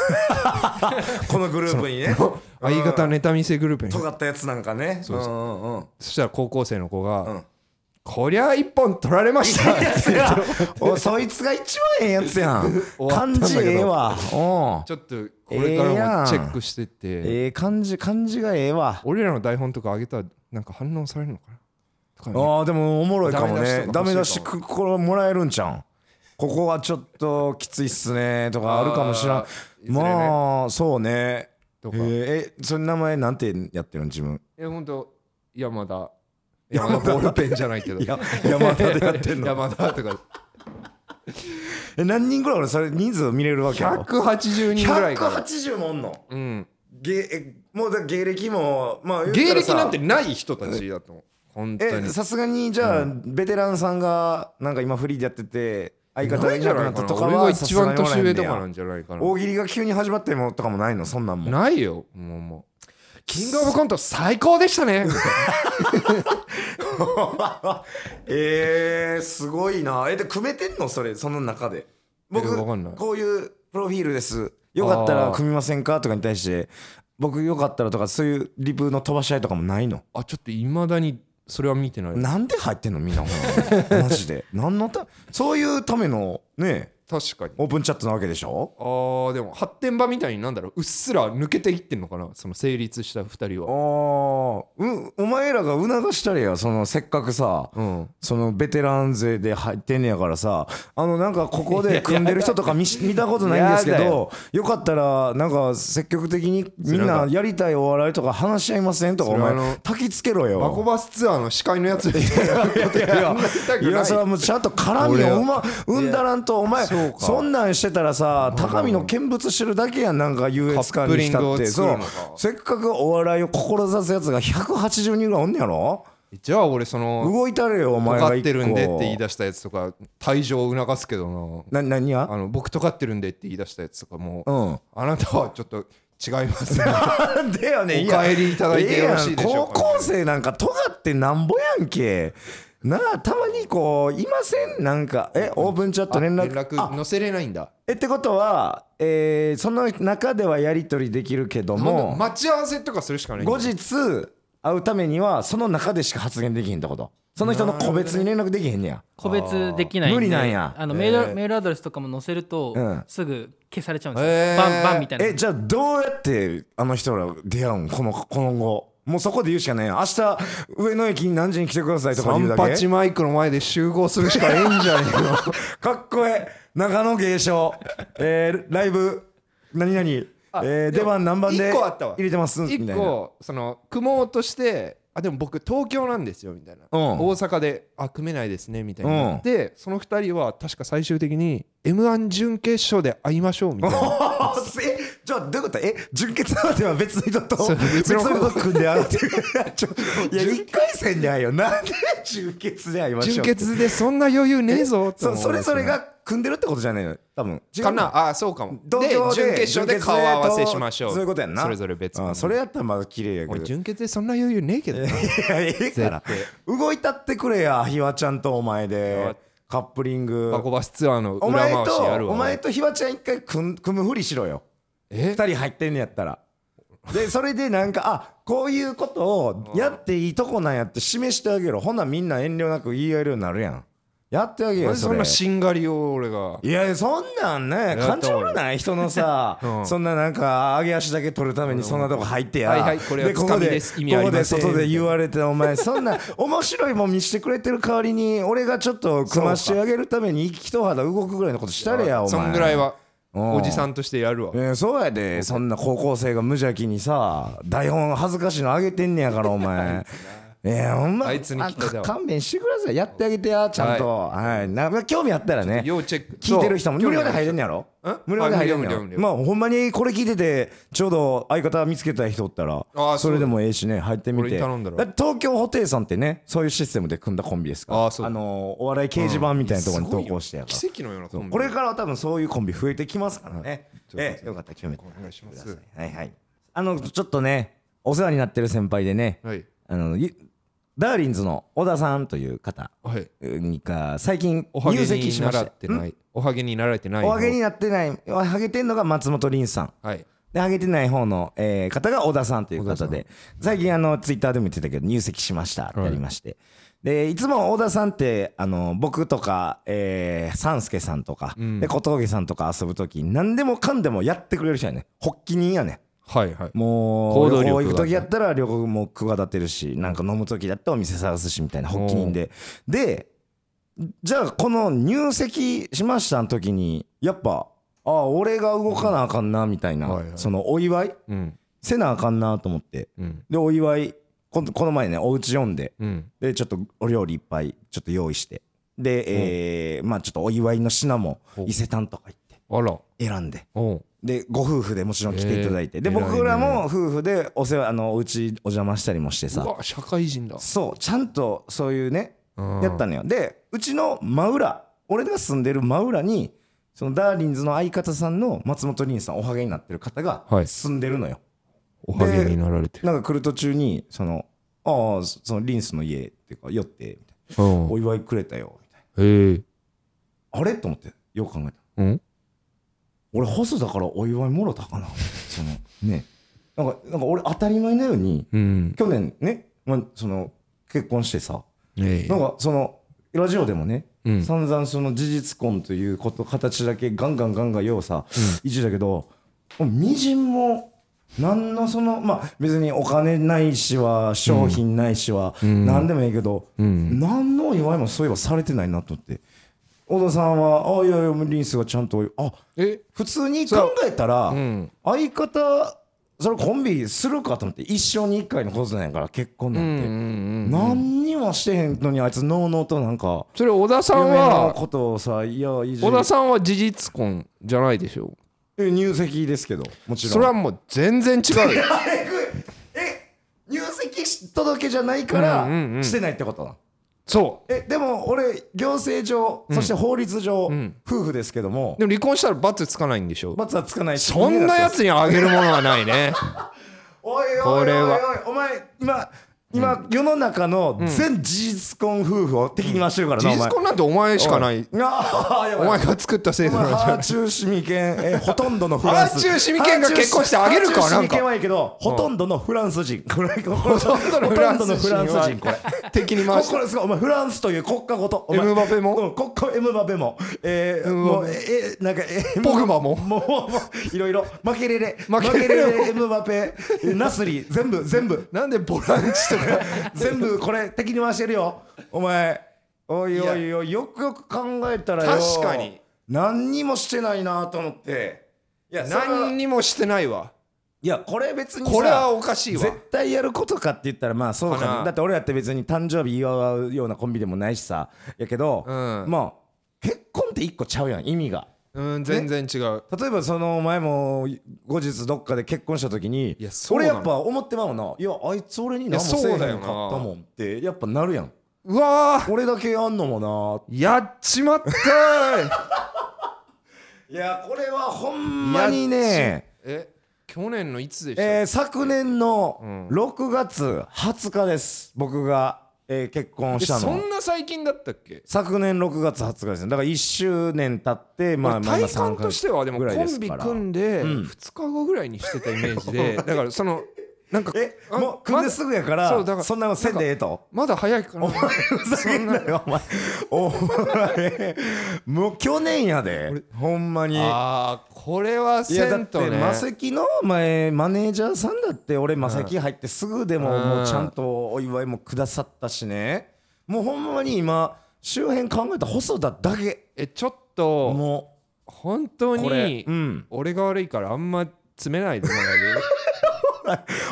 S2: このグループにね
S1: 相方ネタ見せグループに
S2: 尖ったやつなんかね
S1: そうそうん
S2: うんうん
S1: そしたら高校生の子が「
S2: うん
S1: こりゃ一本取られま した」って言って
S2: おいそいつが一番ええやつやん
S1: 終わったん
S2: 感
S1: だけど
S2: じええわうん
S1: ちょっとこれからもチェックしてって、
S2: ええ感じ感じがええわ
S1: 俺らの台本とかあげたらなんか反応されるのかなとかね
S2: ああでもおもろいかもねダ
S1: ダ
S2: メ
S1: メ
S2: 出
S1: 出
S2: し
S1: しとか
S2: くこれもらえるんちゃうんここはちょっときついっすねとかあるかもしらん
S1: あーいずれね
S2: まあそうねえ
S1: とか、
S2: ーえその名前なんてやってるの自分
S1: え本当山田山田ボールペンじゃないけど
S2: いや 山田でやってんの
S1: 山田とか
S2: え何人ぐらい俺それ人数見れるわけやろ
S1: 180人ぐらいから、
S2: 180もおんの
S1: うん、
S2: げえもうだから芸歴もまあ言う
S1: 芸
S2: たら
S1: 歴
S2: さ
S1: なんてない人たちだと思う本当
S2: え
S1: に
S2: さすがにじゃあ、ベテランさんがなんか今フリーでやってて相方が
S1: ないいん
S2: な
S1: じゃ
S2: く
S1: な
S2: ない
S1: か
S2: った
S1: な
S2: とか
S1: 俺が
S2: は
S1: 一番年上
S2: さすがに
S1: と
S2: おら
S1: か
S2: へんねや
S1: なんじゃないかな
S2: 大喜利が急に始まってもとかもないのそんなんも ん
S1: ないよもうもうキングオブコント最高でしたね
S2: えー、すごいなえで組めてんのそれその中で僕
S1: えわかんない
S2: こういうプロフィールですよかったら組みませんかとかに対して僕よかったらとかそういうリプの飛ばし合いとかもないの
S1: あちょっといまだにそれは見てない
S2: なんで入ってんのみんなほ らマジで何のたそういうためのね
S1: 確かに
S2: オープンチャットなわけでしょ
S1: あーでも発展場みたいになんだろううっすら抜けていってんのかなその成立した2人
S2: あ
S1: は
S2: ーうんお前らが促したりやそのせっかくさ、
S1: うん
S2: そのベテラン勢で入ってんねやからさあのなんかここで組んでる人とか見し見たことないんですけ
S1: やだ
S2: ど
S1: よ
S2: よかったらなんか積極的にみんなやりたいお笑いとか話し合いませんとかお
S1: それ
S2: 前
S1: あの
S2: 焚きつけろ
S1: バコ
S2: よ。
S1: バスツアーの司会のやつみたいなことやられたく
S2: いやそれ
S1: な
S2: はいもうちゃんと絡み
S1: 俺
S2: を
S1: は
S2: うまうんだらんとお前
S1: そうか
S2: そんなんしてたらさ高みの見物してるだけやんなんか優越感にした
S1: カッ
S2: っ
S1: プリングを作る
S2: てそう
S1: のか
S2: せっかくお笑いを志すやつが180人ぐらいおんねやろ
S1: じゃあ俺その
S2: 動いたれよお
S1: 「と
S2: 前
S1: か
S2: が
S1: って
S2: 一
S1: るんで」って言い
S2: 個
S1: 出したやつとか退場を促すけど
S2: な何が
S1: なあの僕とかってるんでって言い出したやつとかもう
S2: うん
S1: あなたはちょっと違いますね
S2: なんでよね
S1: お
S2: いや
S1: 帰りいただいてよろしいでしょうか
S2: ええやん高校生なんか尖ってなんぼやんけなあたまにこういませんなんかえオープンチャット連
S1: 連
S2: 絡
S1: 絡
S2: あ
S1: 載せれないんだ
S2: えってことはえーその中ではやり取りできるけど
S1: もう
S2: も
S1: 待ち合わせとかするしかないんだ
S2: 後日会うためにはその中でしか発言できへんってことその人の個別に連絡できへんねや
S6: 個別できないで
S2: あー無理なんや
S6: あのメー
S1: え
S6: ル
S1: ー
S6: メールアドレスとかも載せると
S2: うん
S6: すぐ消されちゃうんです
S1: え
S6: よ
S1: ー
S6: バンバンみたいな
S2: えじゃあどうやってあの人ら出会うんこのこの後もうそこで言うしかないやん明日上野駅に何時に来てくださいとか言う
S1: 三
S2: だけ
S1: 八マイクの前で集合するしかねえんじゃねえの
S2: かっこええ中野芸商、えー、ライブ何々、え
S1: あでも
S2: ー、出番何番で
S1: 一個あったわ
S2: 入れてますみたい
S1: 一
S2: な
S1: 個その組もうとしてあでも僕東京なんですよみたいな、
S2: うん
S1: 大阪であ組めないですねみたいになで、その二人は確か最終的に m 1準決勝で会いましょうみたい な
S2: えじゃあどういうことえ純潔までは別の人と
S1: そう別
S2: 別
S1: の
S2: の人と組んで会うっ ていうちょいや一回戦で会うよなんで純潔で会いましょう
S1: 準
S2: って
S1: 決でそんな余裕ねえぞって
S2: そ
S1: 思う
S2: それぞれが組んでるってことじゃないの多分違うの
S1: かなあそうかも
S2: 同郷で
S1: 準決勝で顔合わせしましょう
S2: そういうことやんな
S1: それぞれ別
S2: あ
S1: 々
S2: それやったらまだ綺麗やけ
S1: 俺
S2: ど
S1: 準決でそんな余裕ねえけどな
S2: いやええ から
S1: 絶
S2: 動いたってくれやひわちゃんとお前でカップリング
S1: バコバスツアーの
S2: お
S1: 裏
S2: 前
S1: 回しやる
S2: と
S1: わ
S2: お前とひわちゃん一回組ん組むふりしろよ
S1: え
S2: 二人入ってんねやったらでそれでなんかあこういうことをやっていいとこなんやって示してあげろほんならみんな遠慮なく言い合えるようになるやんやってあげ
S1: な
S2: よ
S1: んで
S2: そ
S1: そん
S2: れ
S1: なしんがりを俺が
S2: いやそんなんね
S1: った
S2: 感情もない人のさ、
S1: うん
S2: そんななんか上げ足だけ取るためにそんなとこ入ってや、
S1: はいはいこれは
S2: ここ
S1: つかみ
S2: で
S1: です意味あ
S2: こ
S1: り
S2: こで
S1: ません
S2: 外で言われてお前そんな面白いもん見してくれてる代わりに俺がちょっと組ましてあげるために一肌動くぐらいのことしたれやお前
S1: そんぐらいは
S2: うん
S1: おじさんとしてやるわ
S2: えーそうやでそんな高校生が無邪気にさ台本恥ずかしいのあげてんねやからお 前えー、ほんま
S1: あいつに聞いたじゃん
S2: あ勘弁してくださいやってあげてやちゃんと、はいな興味あったらね
S1: 要チェック
S2: 聞いてる人も
S1: そう
S2: 無料で入れんねやろ
S1: ん
S2: 無料で入れんねや
S1: あ
S2: ろ
S1: 無料無料無料
S2: まあほんまにこれ聞いててちょうど相方見つけた人おったら
S1: あー
S2: それでもええしね入ってみ
S1: 俺
S2: て
S1: に頼んだら
S2: だって東京ホテイさんってねそういうシステムで組んだコンビですから
S1: あーそう
S2: のーお笑い掲示板みたいなところに投稿してやから
S1: 奇跡のようなコンビ
S2: これからは多分そういうコンビ増えてきますからねええよかったら決めて
S1: お願いします
S2: はいはいあのちょっとねお世話になってる先輩でね
S1: はい
S2: あのゆダーリンズの小田さんという方
S1: はい
S2: にか最近
S1: おはげ
S2: 入籍
S1: に
S2: しま
S1: 習
S2: し
S1: って
S2: て
S1: ないおはげに習えてない
S2: お
S1: の
S2: はげになってないはげてんのが松本凛さん
S1: はい
S2: で上げてない方の、えー方が小田さんという
S1: 小田さ
S2: 方
S1: ん
S2: で最近あのツイッターでも言ってたけど入籍しましたってありまして、でいつも小田さんってあの僕とか、えー、三助さんとか、
S1: うん
S2: で小峠さんとか遊ぶ時何でもかんでもやってくれる人やね発起人やね
S1: はいはい
S2: もう
S1: 行動
S2: 旅
S1: 力が
S2: 行行く時やったら旅行も企てるしなんか飲む時だったらお店探すしみたいな発起人ででじゃあこの入籍しましたの時にやっぱああ俺が動かなあかんなみたいな、
S1: うんはいはい
S2: そのお祝い
S1: うん
S2: せなあかんなと思って
S1: うん
S2: でお祝いここの前ねお家読んで
S1: うん
S2: でちょっとお料理いっぱいちょっと用意してで、えーまあちょっとお祝いの品も
S1: お
S2: 伊勢丹とか行って
S1: あら
S2: 選んで
S1: おう
S2: でご夫婦でもちろん来ていただいて、
S1: えー
S2: で
S1: 偉いね
S2: 僕らも夫婦でお世話あのお家お邪魔したりもして
S1: う
S2: さ
S1: わ社会人だ
S2: そうちゃんとそういうね
S1: うん
S2: やったのよでうちの真裏俺が住んでる真裏にそのダーリンズの相方さんの松本凛さんおはげになってる方が
S1: はい
S2: 住んでるのよ、
S1: おはげになられてる
S2: なんか来る途中にその「ああそのリンスの家」っていうか寄ってみたいな
S1: うん
S2: お祝いくれたよ」みたい
S1: へえ
S2: なあれと思ってよく考えた
S1: うん
S2: 俺細だからお祝いもろたかな そのねなんかなんか俺当たり前のように
S1: うん
S2: 去年ね、まあ、その結婚してさ
S1: ええ
S2: なんかそのラジオでもね、
S1: うん
S2: 散々その事実婚ということ形だけガンガンガンガンようさ、一時だけどもうみじんも何のそのまあ別にお金ないしは商品ないしは
S1: ん
S2: 何でもいいけど、
S1: うん
S2: 何のお祝いもそういえばされてないなと思って小田さんは「あいやいやリンスがちゃんとあ
S1: え
S2: 普通に考えたら、
S1: うん
S2: 相方それコンビするかと思って一生に一回のことなんやから結婚なんて、
S1: ん
S2: 何にもしてへんのにあいつのうのうとなんか
S1: それ小田さん
S2: 夢の
S1: は
S2: ことをさいやいじ
S1: 小田さんは事実婚じゃないでしょ
S2: え入籍ですけどもちろん
S1: それはもう全然違うよ
S2: 入籍し届けじゃないから、
S1: うんうんうん
S2: してないってことな
S1: そ
S2: えでも俺行政上、そして法律上、
S1: ん
S2: 夫婦ですけども
S1: うでも離婚したら罰つかないんでしょ
S2: 罰はつかないし
S1: そんなやつにあげるものはない ね
S2: おいおいおいおい
S1: これ
S2: お前今今、世の中の全事実婚夫婦を敵に回してるから
S1: 事
S2: な、
S1: 実婚なんてお前しかない
S2: ああやば
S1: お
S2: い
S1: 前が作った制
S2: お
S1: 度なん
S2: 前
S1: じゃ
S2: ハ
S1: ない
S2: ーチューシミケン、えーほとんどのフランス
S1: ハーチューシミケンが結婚してあげるか
S2: ハーチューシミケ
S1: なん
S2: ン
S1: か
S2: はいいけどほとんどのフランス人これほとんど
S1: のフランス人は
S2: これ
S1: 敵に回し
S2: これすごいお前フランスという国家ごとお
S1: エ
S2: 前
S1: ムバペも
S2: うん国家エムバペもえー
S1: ムバペ
S2: もうえーなんかえー
S1: ポグマも
S2: もうもういろいろ負けれれ
S1: マ
S2: 負
S1: ケ
S2: け
S1: レ
S2: れ
S1: レも
S2: れエムバペナスリ全部全部
S1: なんでボランチとか
S2: 全部これ敵に回してるよお前おいおいおいよくよく考えたらよ
S1: 確かに
S2: 何にもしてないなと思っていやそれは
S1: 何にもしてないわ
S2: いやこれ別にさ
S1: これはおかしいわ
S2: 絶対やることかって言ったらまあそう
S1: か
S2: か
S1: な
S2: なだって俺だって別に誕生日祝うようなコンビでもないしさやけど、
S1: うん
S2: まあ結婚って一個ちゃうやん意味が
S1: うん全然違う
S2: 例えばその前も後日どっかで結婚した時に
S1: いやそうな
S2: 俺
S1: の
S2: やっぱ思ってまうないやあいつ俺に
S1: い
S2: 何も
S1: や
S2: せえ
S1: そ
S2: へ
S1: うんだ
S2: か
S1: よ
S2: っ
S1: な
S2: たもんってやっぱなるやん
S1: うわー
S2: 俺だけやんのもな
S1: やっちまったーい
S2: いやこれはほんまにね
S1: え去年のいつでしたっけ
S2: えー昨年の6月20日です僕が、えー結婚
S1: え
S2: した
S1: そ
S2: の
S1: んな最近だったっけ
S2: 昨年6月20日ですねだから1周年経ってまあまあ
S1: 体
S2: まあ
S1: 感
S2: 3
S1: としてはでも
S2: ぐらい
S1: コ
S2: で
S1: ン
S2: す
S1: ビ
S2: から
S1: 組んで
S2: うん
S1: 2日後ぐらいにしてたイメージ でだからそのなんか
S2: え
S1: あ
S2: もう組んですぐやから
S1: そうだから
S2: そんなのせんでええと
S1: まだ早いかな
S2: ふざけんなよお前お前もう去年やでほんまに
S1: あーこれはい
S2: やだっ
S1: 銭
S2: て
S1: 湯ね
S2: マセキの前マネージャーさんだって俺マセキ入ってすぐでも
S1: うん
S2: もうちゃんとお祝いもくださったしねもうほんまに今周辺考えたら細田だけ
S1: えちょっと
S2: も
S1: 本当
S2: うこれ
S1: に
S2: うん
S1: 俺が悪いからあんま詰めないでもらえる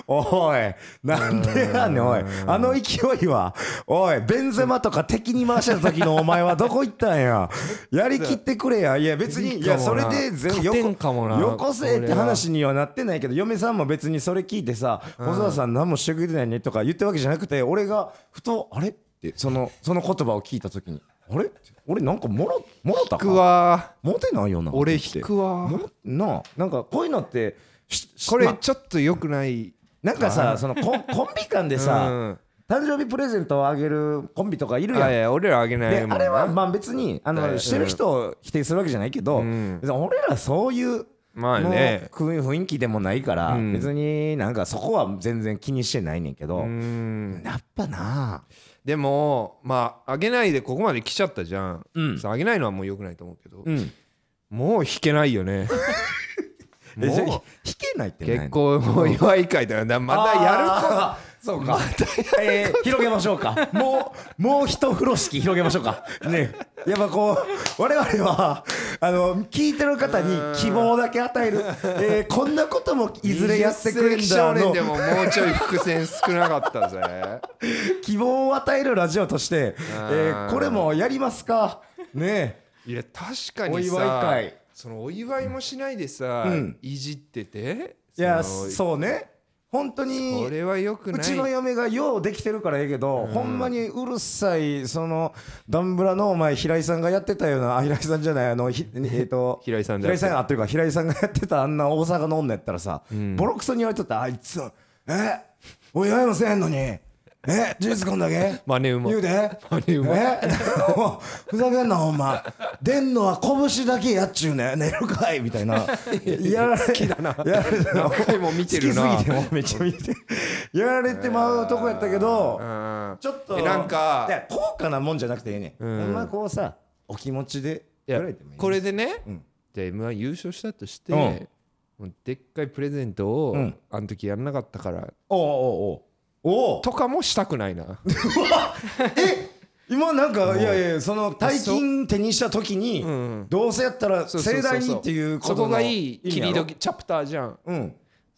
S2: おいなんでやねんおいあの勢いはおいベンゼマとか敵に回してた時のお前はどこ行った んややりきってくれやいや別にいやそれで全
S1: 勝てんかもな
S2: よこせって話にはなってないけど嫁さんも別にそれ聞いてさ「細田さん何もしてくれてないね」とか言ったわけじゃなくて俺がふと「あれ?」ってそのその言葉を聞いた時に「あれ俺なんかもろもろた
S1: 引く
S2: か
S1: わ
S2: モテないよな」
S1: 俺
S2: って
S1: 引くわ
S2: もなあなんかこういうのってしし
S1: こ
S2: ま
S1: れ
S2: あ
S1: ちょっと良くない
S2: なんかさそのコンコンビ間でさ
S1: うん
S2: 誕生日プレゼントをあげるコンビとかいるや
S1: あ
S2: ん
S1: いや俺らあげな
S2: で
S1: いもんな
S2: あれはまあ別にあ
S1: う
S2: の
S1: ん
S2: してる人を否定するわけじゃないけど、
S1: うん
S2: 別に俺らそういう
S1: まあ
S2: の
S1: ね
S2: 雰囲気でもないから、
S1: うん
S2: 別になんかそこは全然気にしてないねんけど、
S1: うん
S2: やっぱな
S1: でもまああげないでここまで来ちゃったじゃん
S2: うん
S1: さあげないのはもう良くないと思うけど
S2: うん
S1: もう引けないよねも
S2: えじゃあ
S1: う
S2: ひ弾けないってないの
S1: 結構もう祝い会だからまたやるか
S2: あーそうか、えー広げましょうかもうもう一風呂敷広げましょうかねやっぱこう我々はあの聞いてる方に希望だけ与え る、えーこんなこともいずれやってくれ
S1: 20
S2: ん
S1: 世紀
S2: だ
S1: 少
S2: の
S1: 年でももうちょい伏線少なかったぜ
S2: 希望を与えるラジオとして、えーこれもやりますかね
S1: いや確かにさ
S2: お祝い会
S1: そのお祝いもしないでさ、
S2: うん
S1: いじってて
S2: いや
S1: その
S2: そうね本当に
S1: これはよく
S2: う
S1: ない
S2: ちの嫁がようできてるからええけど、ほんまにうるさいそのダンブラのお前平井さんがやってたようなあ平井さんじゃないあのひえー、と
S1: 平井さんであっ
S2: 平
S1: て
S2: 井さんが合ってるか平井さんがやってたあんな大阪の女やったらさ、ボロクソに言われとったあいつえお祝いもせえへんのにえ事実こんだけ
S1: 真似うま
S2: 言うで
S1: 真似うま
S2: えもうふざけんなほんま出んのは拳だけやっちゅうね寝るかい みたいなやられ好きだなやられ
S1: 何回も見てるな
S2: 好きすぎてもうめっちゃ見てやられてまうとこやったけど
S1: うん
S2: ちょっと
S1: えなんか
S2: いや高価なもんじゃなくてええねん
S1: うん
S2: ほんまこうさお気持ちで
S1: いや
S2: やられてもいい
S1: これでね、
S2: うん
S1: じゃあ m 1優勝したとして、
S2: うん
S1: もうでっかいプレゼントを、
S2: うん
S1: あの時やんなかったから
S2: おうおうおうおう
S1: とかもしたくないな
S2: え今なんかいやいやその大
S1: そう
S2: 金手にした時に
S1: ん
S2: どうせやったら
S1: そうそうそう
S2: 盛
S1: そう
S2: 大にっていうこと
S1: そ
S2: の
S1: こがいい
S2: 意
S1: 切
S2: 味や
S1: り
S2: ろ
S1: 時チャプターじゃん
S2: うん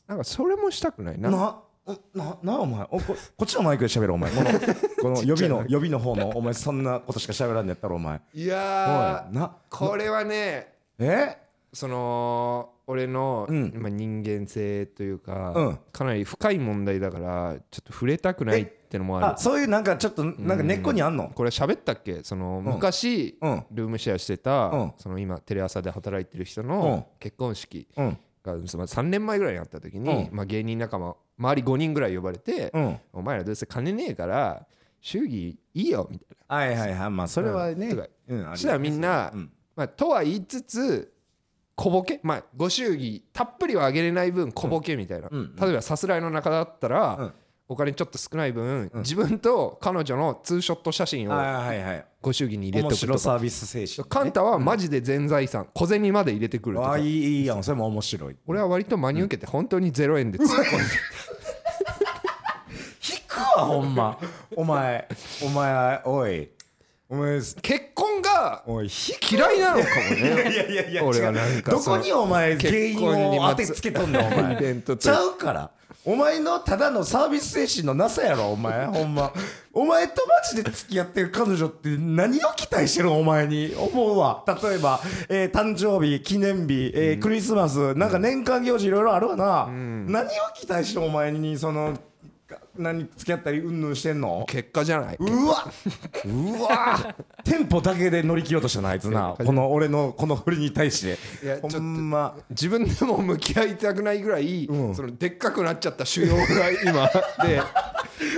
S1: なんかそれもしたくないな
S2: なおななお前おこ こっちのマイクで喋るお 前このこの予備の予備の方のお前そんなことしか喋らんのやったろお前
S1: いや
S2: おい
S1: ー
S2: な
S1: これはね
S2: え
S1: その俺の、
S2: うん
S1: まあ人間性というか、
S2: うん
S1: かなり深い問題だからちょっと触れたくないってのもあ
S2: あ
S1: る
S2: そういうなんかちょっとなんか根っこにあんの
S1: これ喋ったっけその、昔、
S2: うん
S1: ルームシェアしてた、
S2: うん
S1: その今テレ朝で働いてる人の結婚式
S2: うん
S1: が、まあ3年前ぐらいにあった時に、
S2: う
S1: まあ、芸人仲間周り5人ぐらい呼ばれて、
S2: うん
S1: お前らどうせ金ねえから祝儀いいよみたいな。
S2: はいはいはいまあそれはね
S1: うんとか
S2: うんあり
S1: そしたらみんな、
S2: うん
S1: まあ、とは言いつつ小ボケ、まあ、ご祝儀たっぷりはあげれない分小ボケみたいな、
S2: うんうん
S1: 例えばさすらいの中だったら、
S2: うん
S1: お金ちょっと少ない分、自分と彼女のツーショット写真を
S2: はいはいはい
S1: ご祝儀に入れと
S2: 面
S1: くと
S2: 白
S1: か
S2: サービス精神
S1: カンタはマジで全財産小銭まで入れてくると
S2: あ
S1: か
S2: あいいいいやんそれも面白い
S1: 俺は割と真に受けて本当に0円で突っ込んで
S2: 引くわほんまお前お前おいお前
S1: 結婚が
S2: おい
S1: 嫌いなのかも
S2: いや
S1: ね
S2: いやいやいや
S1: 俺は
S2: 違う
S1: なんか
S2: ど
S1: その
S2: こにお前原
S1: 結
S2: 因
S1: 婚に
S2: を
S1: ま
S2: 当
S1: つ
S2: てつけとん のお前
S1: イベントと
S2: ちゃうからお前のただのサービス精神のなさやろ お前ほんまお前とマジで付き合ってる彼女って何を期待してるお前に思うわ例えば、えー誕生日記念日、えークリスマスなんか年間行事いろいろあるわな、何を期待してお前にそのか何付き合ったりうんぬんしてんの
S1: 結果じゃないう
S2: わうわテンポだけで乗り切ろうとしたなあいつなこの俺のこの振りに対して
S1: いやちょっと
S2: ほんま
S1: 自分でも向き合いたくないぐらい、そのでっかくなっちゃった腫瘍が 今で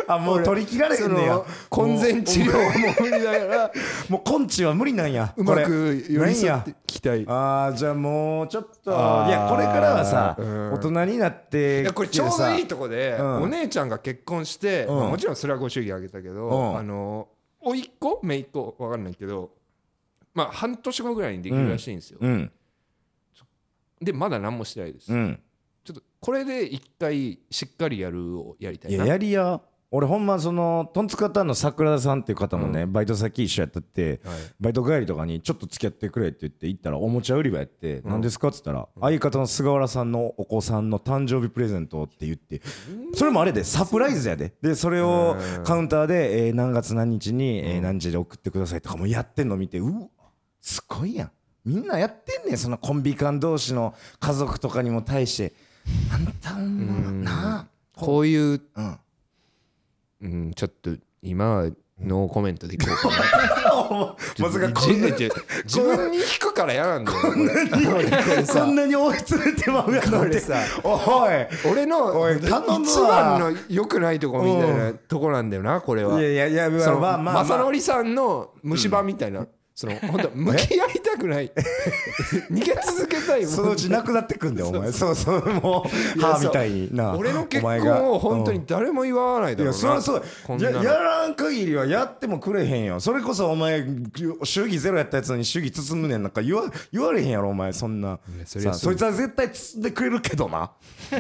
S2: あもう取り切られへ
S1: そ
S2: んねや
S1: の婚前治療も無理だから
S2: もう根治は無理なんや
S1: うま
S2: こ
S1: く
S2: れ
S1: 寄り
S2: なん
S1: 添
S2: や
S1: っていきたい。
S2: あーじゃあもうちょっとい
S1: あー
S2: やこれからはさ、
S1: うん
S2: 大人になって
S1: いやこれちょうどいい
S2: と
S1: とこで、
S2: うん
S1: お姉ちゃんが結婚して、
S2: うん
S1: まあもちろんそれはご祝儀あげたけど、
S2: うん
S1: あの甥っ子姪っ子わかんないけどまあ半年後ぐらいにできるらしいんですよ、
S2: うん
S1: でまだ何もしてないです、
S2: うん
S1: ちょっとこれで一回しっかりやるをやりたい
S2: い
S1: な
S2: ややりや俺ほんまそのトンツカタンの桜田さんっていう方もね、バイト先一緒やったって、
S1: はい
S2: バイト帰りとかにちょっと付き合ってくれって言って行ったらおもちゃ売り場やって、何ですかって言ったら、相方の菅原さんのお子さんの誕生日プレゼントって言ってそれもあれでサプライズやででそれをカウンターで、えー何月何日に、えー何時で送ってくださいとかもやってんの見てうわすごいやんみんなやってんねんそのコンビ間同士の家族とかにも対してあんたほんまな
S1: こういう、
S2: うん
S1: うん、ちょっと今はノーコメントでいこうかな
S2: あ まさかこんな
S1: 自自分に引くから嫌なんだよこれこ れ
S2: こ
S1: さ
S2: んなに追い詰めてまうや
S1: こ
S2: なん
S1: れ
S2: て
S1: さ
S2: おい
S1: 俺
S2: お
S1: の
S2: い
S1: 一
S2: 頼むわ
S1: 番の良くないとこみたいなとこなんだよなこれはい
S2: やいやいや
S1: その
S2: まあまあまあ
S1: まさのりさんの虫歯みたいな、その本当向き合いたくない 逃げ続けたいもん
S2: そのうちなくなってくんだよお前そうそうもう
S1: や
S2: 歯
S1: そう
S2: みたいにな
S1: 俺の結
S2: お前が
S1: 婚を本当に誰も言わない
S2: い
S1: だろう
S2: や
S1: な
S2: それはそう
S1: こん
S2: や
S1: な
S2: や
S1: の
S2: らん限りはやってもくれへんよそれこそお前主義ゼロやったやつのに主義包むねんなんか言わ言われへんやろお前そんな
S1: そりゃ
S2: さ
S1: そ
S2: そういつは絶対包んでくれるけどな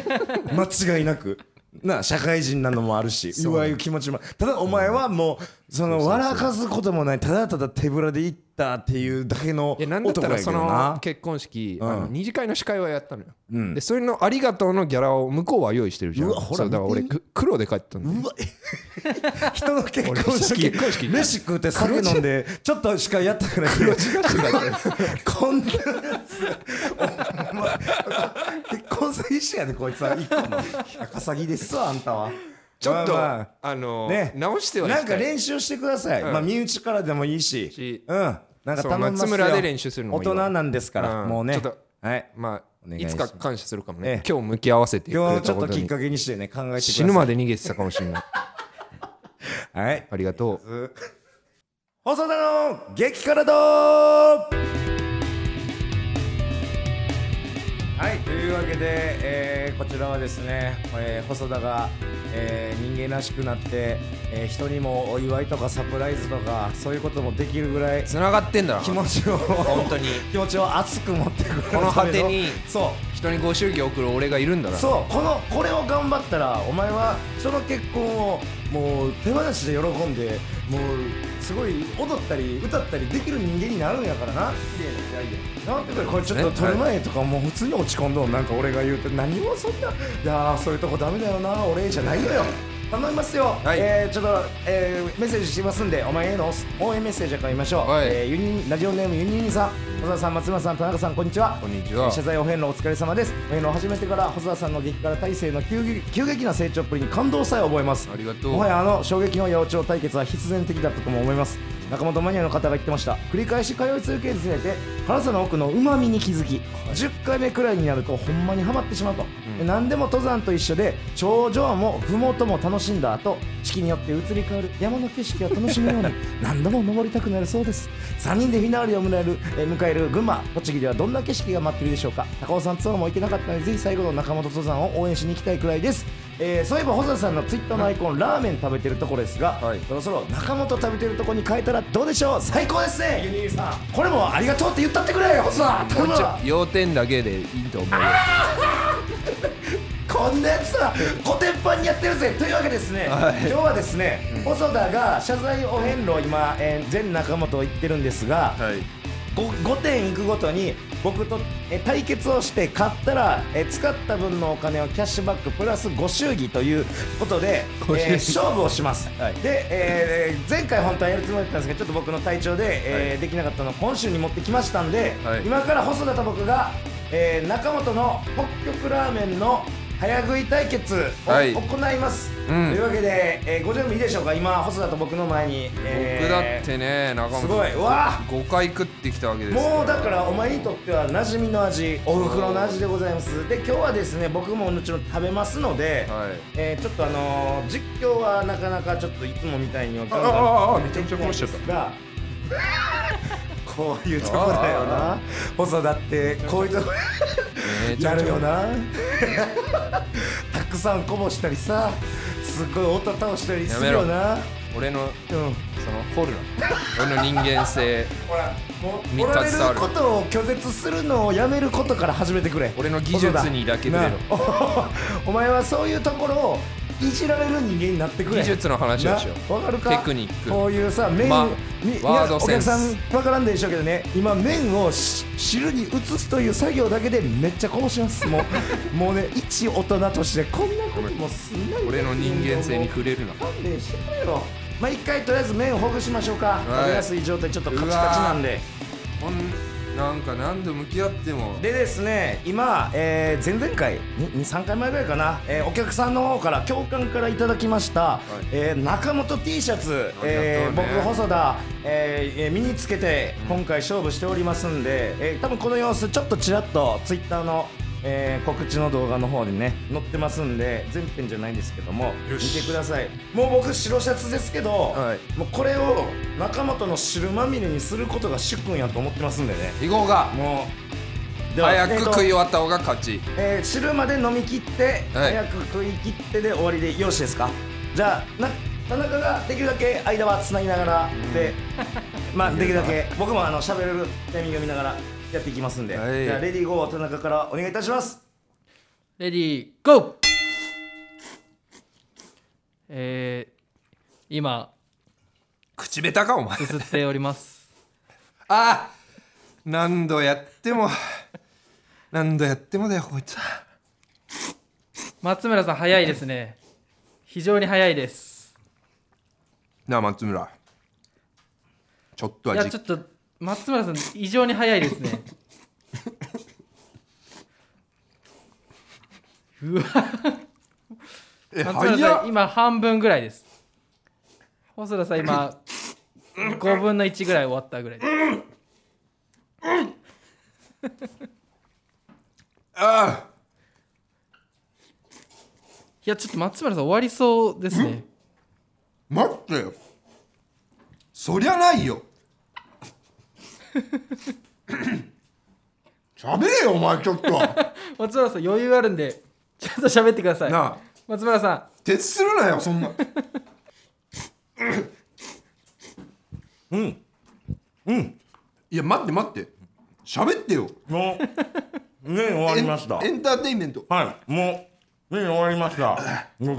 S2: 間違いなくな社会人なのもあるしうわいう気持ちもただお前はもうその笑かすこともないただただ手ぶらで行ったっていうだけの
S1: いやなんだった
S2: 男
S1: ら
S2: やけ
S1: そ
S2: ど
S1: の
S2: な
S1: 結婚式、
S2: ん
S1: あの二次会の司会はやったのよ、
S2: ん
S1: でそれの「ありがとう」のギャラを向こうは用意してるじゃん
S2: うわほら
S1: そうだから俺
S2: 見
S1: く黒で帰ったんだよ
S2: うわ 人の結婚式
S1: 俺結婚式
S2: 飯食うて酒飲んでちょっとしかやったくない黒字がこんな やつお前結婚詐欺師やでこいつは一個の高詐欺ですわあんたは
S1: ちょっと、
S2: ま
S1: あ
S2: あまあ
S1: の
S2: ね
S1: 直してはいきた
S2: ないんか練習してください、まあ身内からでもいいし
S1: し
S2: うんなんか頼みます
S1: そう松
S2: よ
S1: 村で練習するのもいいわ
S2: 大人なんですから、
S1: うん
S2: もうね
S1: ちょっ
S2: はい
S1: ま
S2: お
S1: あ
S2: 願い
S1: い
S2: します
S1: つか感謝するかも
S2: え
S1: ね
S2: え
S1: 今日向き合わせてくれ
S2: 今日ち
S1: た
S2: ょっ
S1: ことと
S2: きっ
S1: に
S2: かけにしてね考えてください
S1: 死ぬまで逃げてたかもしれない
S2: はい
S1: ありがとう
S2: 細田の激辛道はいというわけで、えーこちらはですね、えー細田が、えー人間らしくなって、えー人にもお祝いとかサプライズとかそういうこともできるぐらい
S1: つながってんだな
S2: 気持ちを
S1: 本当に
S2: 気持ちを熱く持ってくる
S1: この果て
S2: ため
S1: に
S2: そう
S1: 人にご祝儀送る俺がいるんだな
S2: そうこのこれを頑張ったらお前はその結婚をもう手放しで喜んでもうすごい踊ったり歌ったりできる人間になるんやからな綺麗な出会いでなんていうかこれちょっと
S1: ね
S2: 撮る前とかもう普通に落ち込んどんなんか俺が言うて何もそんないやーそういうとこダメだよな俺じゃない のよ頼みますよ、
S1: はい
S2: えーちょっと、えーメッセージしてますんでお前への応援メッセージから言いましょう、
S1: はい
S2: えーユニラジオネームユニーニさん小沢さん松村さん田中さんこんにちは
S1: こんにちは
S2: 謝罪お遍路お疲れ様ですお遍路を始めてから細田さんの激辛体制の急激急激な成長っぷりに感動さえ覚えます
S1: ありがとう
S2: もはやあの衝撃の八百長対決は必然的だったとも思います中本マニアの方が言ってました繰り返し通い続けるにつれて辛さの奥のうまみに気づき、10回目くらいになるとほんまにはまってしまうと、で何でも登山と一緒で頂上も麓も楽しんだ後四季によって移り変わる山の景色を楽しむように何度も登りたくなるそうです3人でフィナーレを迎えるえー迎える群馬栃木ではどんな景色が待っているでしょうか高尾山ツアーも行けなかったのでぜひ最後の中本登山を応援しに行きたいくらいですえーそういえば細田さんのツイッターのアイコン、ラーメン食べてるとこですが、
S1: はい
S2: そろそろ中本食べてるとこに変えたらどうでしょう最高ですねユニーさんこれもありがとうって言ったってくれ細田頼む
S1: ち
S2: わ
S1: ょ要点だけでいいと思うよ
S2: こんなやつはコテンパンにやってるぜというわけですね、今日はですね、細田が謝罪お遍路を今、えー全中本行ってるんですが、ご 5, 点行くごとに僕とえー対決をして買ったらえー使った分のお金をキャッシュバックプラスご祝儀ということで、
S1: ご祝儀
S2: えー勝負をします、で、えー前回本当はやるつもりだったんですけどちょっと僕の体調で、えーできなかったのを今週に持ってきましたんで、
S1: はい
S2: 今から細田と僕が、えー中本の北極ラーメンの早食い対決を
S1: はい
S2: 行います、
S1: うん
S2: というわけで、えーご準備いいでしょうか今細田と僕の前に、えー
S1: 僕だってね仲間
S2: すごいうわー
S1: 5回食ってきたわけです
S2: もうだからお前にとっては馴染みの味おふくろの味でございますで今日はですね僕ももちろん食べますので、
S1: はい
S2: えーちょっとあのー実況はなかなかちょっといつもみたいには
S1: あ
S2: ガンガン
S1: あああめちゃめちゃ殺しちゃっ
S2: がこういうとこだよな細田ってこういうとこ
S1: ためち
S2: や
S1: ゃめ
S2: る
S1: ちゃ
S2: よなたくさんこぼしたりさすごいおたたをしたりするよな
S1: 俺の
S2: うん
S1: その掘るな俺の人間性
S2: ほら、もう、
S1: 三
S2: お
S1: つ
S2: られ
S1: 伝
S2: る
S1: わる
S2: ことを拒絶するのをやめることから始めてくれ。
S1: 俺の技術にだけ触れろ
S2: 細田な お前はそういうところを。いじられる人間になってくれ
S1: 技術の話をしよう
S2: なわかるか
S1: テクニック
S2: こういうさ麺、
S1: ま
S2: み
S1: ワード
S2: お
S1: セン
S2: 客
S1: ス
S2: さんわからんでしょうけどね今麺をし汁に移すという作業だけでめっちゃこぼしますも うもうね一大人としてこんなこともすんなり
S1: 俺の人間性に触れるな
S2: 勘弁してくれよまあ一回とりあえず麺をほぐしましょうか、
S1: い
S2: 食べやすい状態ちょっとカチカチなんで
S1: こんなんか何度向き合っても
S2: でですね今、えー前々回23回前ぐらいかな、えーお客さんの方から教官からいただきました、えー中本 T シャツ、
S1: ありがとうね
S2: えー僕細田、えーえー身につけて今回勝負しておりますんで、えー多分この様子ちょっとちらっと Twitter の、えー告知の動画の方にね載ってますんで全編じゃないんですけども見てくださいもう僕白シャツですけど、
S1: はい
S2: もうこれを中本の汁まみれにすることが主君やと思ってますんでね
S1: 行こうか
S2: もうでは
S1: 早く食い終
S2: えーと
S1: わった方が勝ち
S2: えー汁まで飲み切って、
S1: はい
S2: 早く食い切ってで終わりでよろしいですかじゃあな田中ができるだけ間はつなぎながらで、 まあできるだけ僕もあの喋れるタイミングを見ながらやっていきますんで、
S1: はい
S2: じゃあレディーゴー田中からお願いいたします
S6: レディーゴーえー、今
S1: 口下手かお前
S6: すすっております
S1: あー何度やっても何度やってもだよこいつは
S6: 松村さん早いですね非常に早いです
S1: なあ松村ちょっとは
S6: いや
S1: じ
S6: ちょっと松村さん異常に早いですねうわ
S1: え
S6: 松村さ
S1: 早
S6: ん
S1: っ
S6: 今半分ぐらいです細田さん 今5分の1ぐらい終わったぐらいです
S1: あ
S6: いやちょっと松村さん終わりそうです
S1: ー
S6: ね
S1: 待ってよそりゃない よ喋れよお前ちょっとな
S6: 松村さん余裕あるんで ちゃんと喋ってください
S1: あ
S6: 松村さ
S1: 徹するなよそんな
S2: うん
S1: いや待って待って喋ってよ
S2: もうね終わ
S1: エンエンターテインメント
S2: はい、もう、ね、終わりました。僕、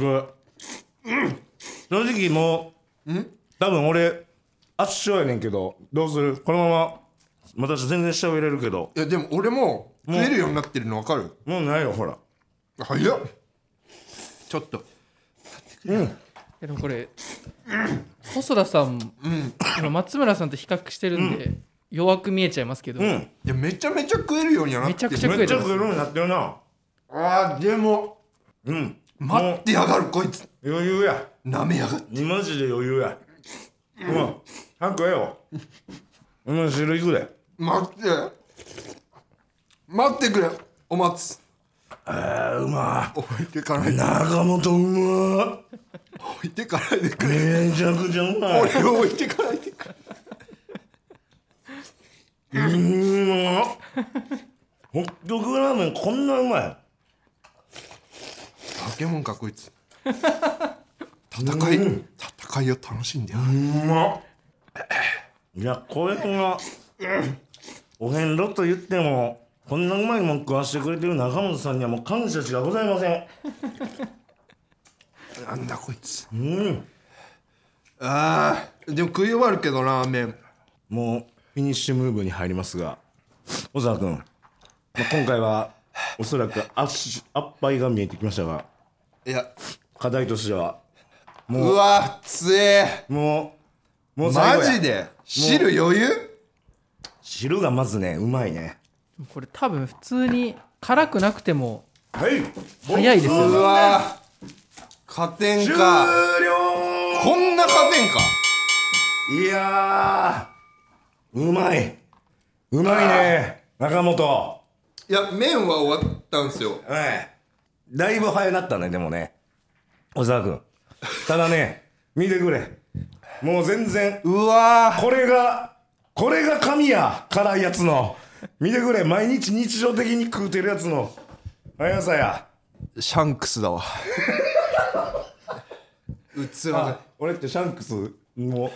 S2: 正直もう、多分俺、圧勝やねんけど、どうするこのまま、私全然下を入れるけど、
S1: いやでも俺も食
S2: う
S1: えるようになってるの分かる
S2: もうないよ、ほら。
S1: 早っちょっと
S6: んいやでもこれ細田さん、今松村さんと比較してるんで、弱く見えちゃいますけど、
S2: うん、め
S1: いやめちゃめちゃ食えるようにはなってる
S6: めちゃくちゃ食え
S2: っちゃ来るようになってるな。
S1: あーでも
S2: うん、
S1: 待ってやがるこいつ
S2: 余裕や。
S1: 舐めやがって
S2: マジで余裕や。うん、早くええよ。うん、汁いくで。
S1: 待って待ってくれお待つ
S2: あうま
S1: 置いてかないで
S2: 中本うま
S1: 置いてかないでくれ
S2: めちゃくちゃうま
S1: 俺を置いてかないでくれ
S2: うんまっ北極ラーメンこんなうまい
S1: 化け物かこいつ戦い戦いを楽しんでやがる
S2: うまっいやこれがお遍路と言ってもこんなうまいもん食わしてくれてる中本さんにはもう感謝しかございません
S1: なんだこいつ
S2: うん
S1: あーでも食い終わるけどラーメン
S2: もうフィニッシュムーブに入りますが小沢君、まあ、今回はおそらく圧圧敗が見えてきましたが
S1: いや
S2: 課題としては
S1: うわつえ
S2: もうもう最
S1: マ
S2: 後や
S1: ジで汁余裕
S2: 汁がまずねうまいね
S6: これ多分普通に辛くなくても
S2: はい
S6: 早いですよ
S1: うわ加点か
S2: 了
S1: こんな加点か
S2: いやーうまいうまいね中本
S1: いや麺は終わったんすよ
S2: ええだいぶ早なったねでもね小沢君ただね見てくれもう全然
S1: うわ
S2: これがこれが神や辛いやつの見てくれ毎日日常的に食うてるやつの速さや
S1: シャンクス だわ器が
S2: 俺ってシャンクスも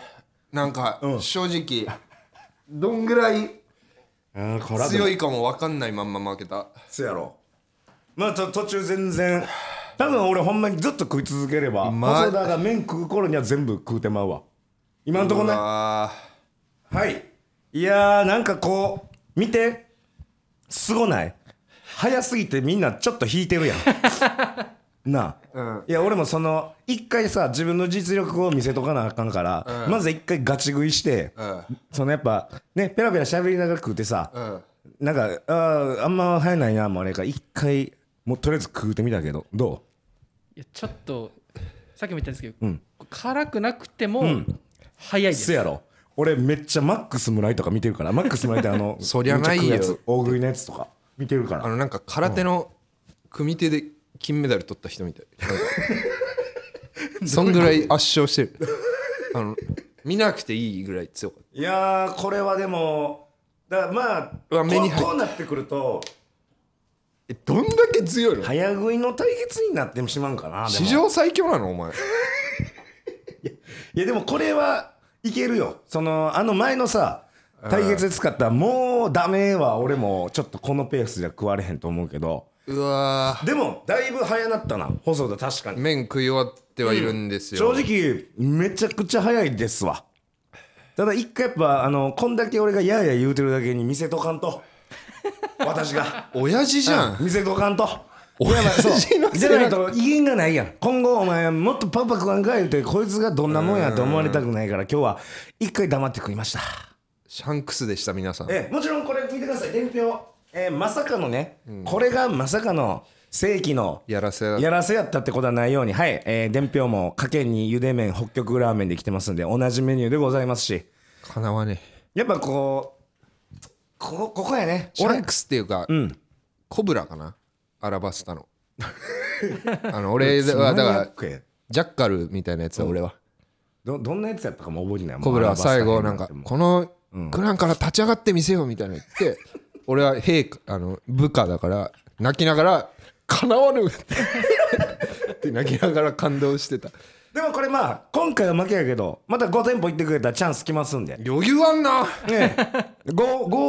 S1: なんか、
S2: うん
S1: 正直どんぐらいう
S2: あー辛くない
S1: 強いかも分かんないまんま負けた
S2: そやろまあと途中全然多分俺ほんまにずっと食い続ければ
S1: ま
S2: 細田が麺食う頃には全部食うてまうわ今んとこねは
S1: あ
S2: いいやーなんかこう見てすごない早すぎてみんなちょっと引いてるやん なあ、いや俺もその一回さ自分の実力を見せとかなあかんから、まず一回ガチ食いして、そのやっぱねペラペラ喋りながら食うてさ、なんかあーあんま入らないなもうあれやから一回もうとりあえず食うてみたけどど
S6: いやちょっとさっきも言ったんですけど、
S2: うん
S6: 辛くなくても、早いで
S2: う
S6: す
S2: せやろ俺めっちゃマックス村井とか見てるからマックス村井ってあの
S1: そりゃないよ
S2: めっちゃ食うやつ大食いのやつとか見てるか
S1: あ
S2: ら
S1: のなんか空手の組手で金メダル取った人 みたいなんかそんぐらい圧勝してるあの見なくていいぐらい強かっ
S2: いやーこれはでもだからまあ
S1: うわ目に入っ
S2: こうこうなってくると
S1: たえどんだけ強いの
S2: 早食いの対決になってしまうんかなでも
S1: 史上最強なのお前
S2: いやでもこれはいけるよそのあの前のさ対決で使ったもうダメは俺もちょっとこのペースじゃ食われへんと思うけど
S1: うわ
S2: でもだいぶ早なったな細田確かに
S1: 麺食い終わってはいるんですよ、
S2: 正直めちゃくちゃ早いですわただ一回やっぱあのこんだけ俺がやや言うてるだけに見せとかんと私が
S1: 親父じゃん、
S2: 見せとかんと親父
S1: の
S2: じゃないと威厳がないやん今後お前もっとパパ食わんか言うてこいつがどんなもんやと思われたくないから今日は一回黙って食いました
S1: シャンクスでした皆さん
S2: ええもちろんこれ見てください伝票、ええまさかのね、これがまさかの正規の
S1: やらせだ
S2: やらせやったってことはないようにはい、ええ伝票もかけにゆで麺北極ラーメンで来てますんで同じメニューでございますし
S1: かなわねえ
S2: やっぱこうここここやね
S1: シャンクスっていうか、
S2: ん
S1: コブラかなアラバスタ のあの俺はだから
S2: ら
S1: ジャッカルみたいなやつだ俺は、
S2: どどんなやつやったかも覚えてないもう
S1: コブラは最後
S2: ア
S1: な
S2: ラ
S1: ん
S2: バ
S1: か
S2: スタ
S1: このクランから立ち上がってみせよみたいな言って俺は兵かあの部下だから泣きながら「かなわぬ!」って泣きながら感動してた
S2: でもこれまあ今回は負けやけどまた5店舗行ってくれたらチャンス来ますんで
S1: 余裕あんな
S2: ね 5, 5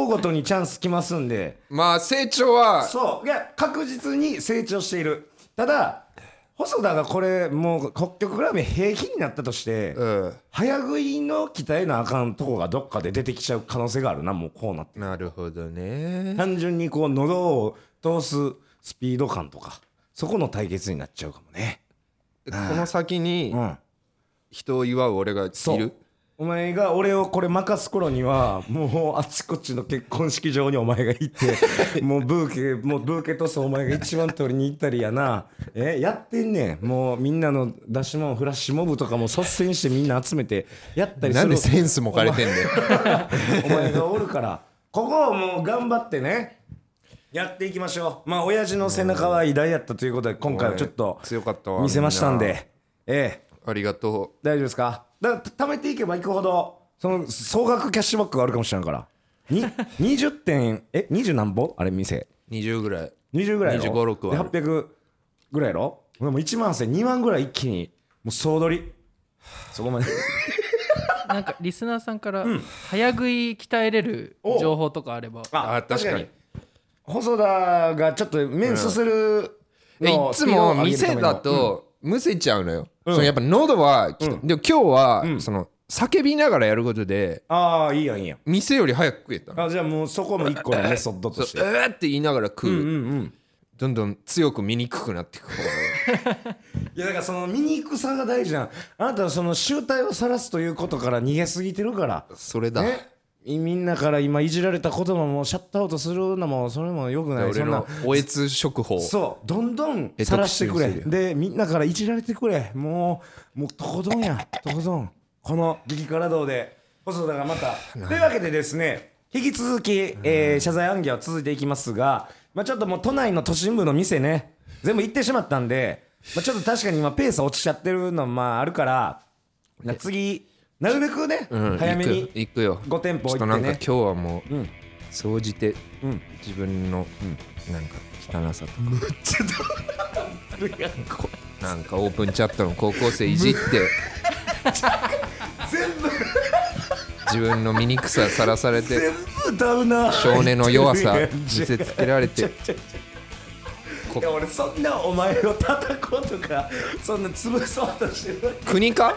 S2: ごとにチャンス来ますんで
S1: まあ成長は
S2: そういや確実に成長しているただ細田がこれもう北極ラーメン平気になったとして、
S1: うん
S2: 早食いの鍛えなあかんとこがどっかで出てきちゃう可能性があるなもうこうなって
S1: なるほどね
S2: 単純にこう喉を通すスピード感とかそこの対決になっちゃうかもね
S1: この先に
S2: うん
S1: 人を祝う俺がい
S2: そう
S1: る
S2: お前が俺をこれ任す頃にはもうあちこちの結婚式場にお前が行って もうブーケもうブーケトスお前が一番取りに行ったりやなえやってんねんもうみんなの出し物フラッシュモブとかも率先してみんな集めてやったりす
S1: なん
S2: る
S1: でセンスも枯れてんだよ
S2: お前がおるからここをもう頑張ってねやっていきましょうまあ親父の背中は偉大やったということで今回はちょっと
S1: 強かったわ
S2: 見せましたん
S1: み
S2: でええ
S1: ありがと
S2: 大丈夫ですかだから貯めていけばいくほどその総額キャッシュバックがあるかもしれんからに 20点え20何本あれ店
S1: う20ぐらい
S2: 20ぐらいやろ
S1: 25 26はある
S2: で800ぐらいやろでも1万1000 2万ぐらい一気にもう総取りそこまで
S6: なんかリスナーさんから、早食い鍛えれる情報とかあれば
S1: あ確かに
S2: 細田がちょっと面すする
S1: えい
S2: のを
S1: つも
S2: スピー
S1: 店だ
S2: ドを上げるための
S1: とむせちゃうのよ、そのやっぱ喉はき、でも今日は、その叫びながらやることで
S2: ああいいやんいいやん
S1: 店より早く食えたの
S2: あじゃあもうそこも一個のメソッドとし
S1: そ
S2: て
S1: うえーって言いながら食う、
S2: うんうん
S1: どんどん強く見にくくなっていく方が
S2: いやだからその醜さが大事なんあなたはその集体を晒すということから逃げすぎてるから
S1: それだ、
S2: ねみんなから今いじられた言葉もシャットアウトするのもそれもよくないそ
S1: 俺
S2: んな
S1: のおえつ食法
S2: そうどんどん晒してくれ
S1: え得してる
S2: でみんなからいじられてくれもうもうとことんやとことんこの激辛道で細田がまたというわけでですね引き続き、えー謝罪案件は続いていきますが、まあ、ちょっともう都内の都心部の店ね全部行ってしまったんで、まあ、ちょっと確かに今ペース落ちちゃってるのもまああるからな次なるべくね、
S1: うん
S2: 早めに
S1: 行く行くよ
S2: 5店舗
S1: ちょっ
S2: 行
S1: と
S2: っ
S1: な
S2: て
S1: んか今
S2: ね
S1: 日はもう、
S2: ん
S1: 総じて、
S2: うん
S1: 自分の、なんか汚さとかこなんかオープンチャットの高校生いじって全部自分の醜ささらされて
S2: 全部ダウナー
S1: 少年の弱さ
S2: いや
S1: 見せつけられて
S2: いや俺そんなお前を叩こうとかそんな潰そうとしてる
S1: 国か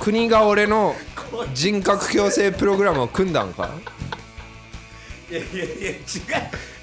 S1: 国が俺の人格矯正プログラムを組んだんか
S2: いやいやいや違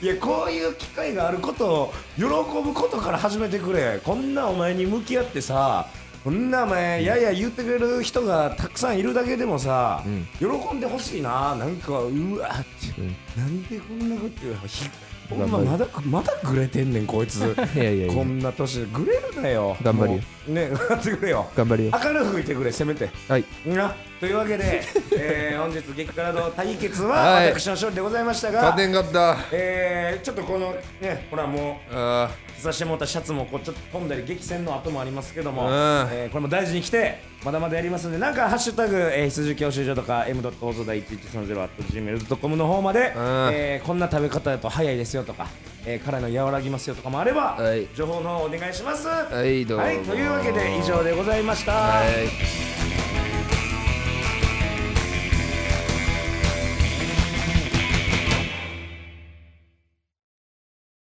S2: ういやこういう機会があることを喜ぶことから始めてくれこんなお前に向き合ってさこんなお前やや言ってくれる人がたくさんいるだけでもさ、喜んでほしいななんかうわって、なんでこんなこと言うのひほんままだまだぐれてんねんこいつ
S7: いやいやいや
S2: こんな年でぐれるなよ
S7: 頑張るよ
S2: もうね 頑張ってくれよ
S7: 頑張るよ
S2: 明るくいてくれせめて
S7: はい
S2: なというわ けで、えー、本日激辛の対決は
S7: はい
S2: 私の勝利でございましたが、
S7: 勝てんかった
S2: えー、ちょっとこのねほらもう
S7: あ
S2: 着さしてもらったシャツもこうちょっと飛んだり激戦の後もありますけども、
S7: うん
S2: えーこれも大事に来てまだまだやりますんでなんか「ハッシュタグ、えー、羊教習所」とか「m 放送第 1130.gmail.com」の方まで、えーこんな食べ方だと早いですよとか、えー、辛いの和らぎますよとかもあれば、
S7: はい
S2: 情報の方お願いします。
S7: はいどうも
S2: はい、というわけで以上でございました。
S7: はい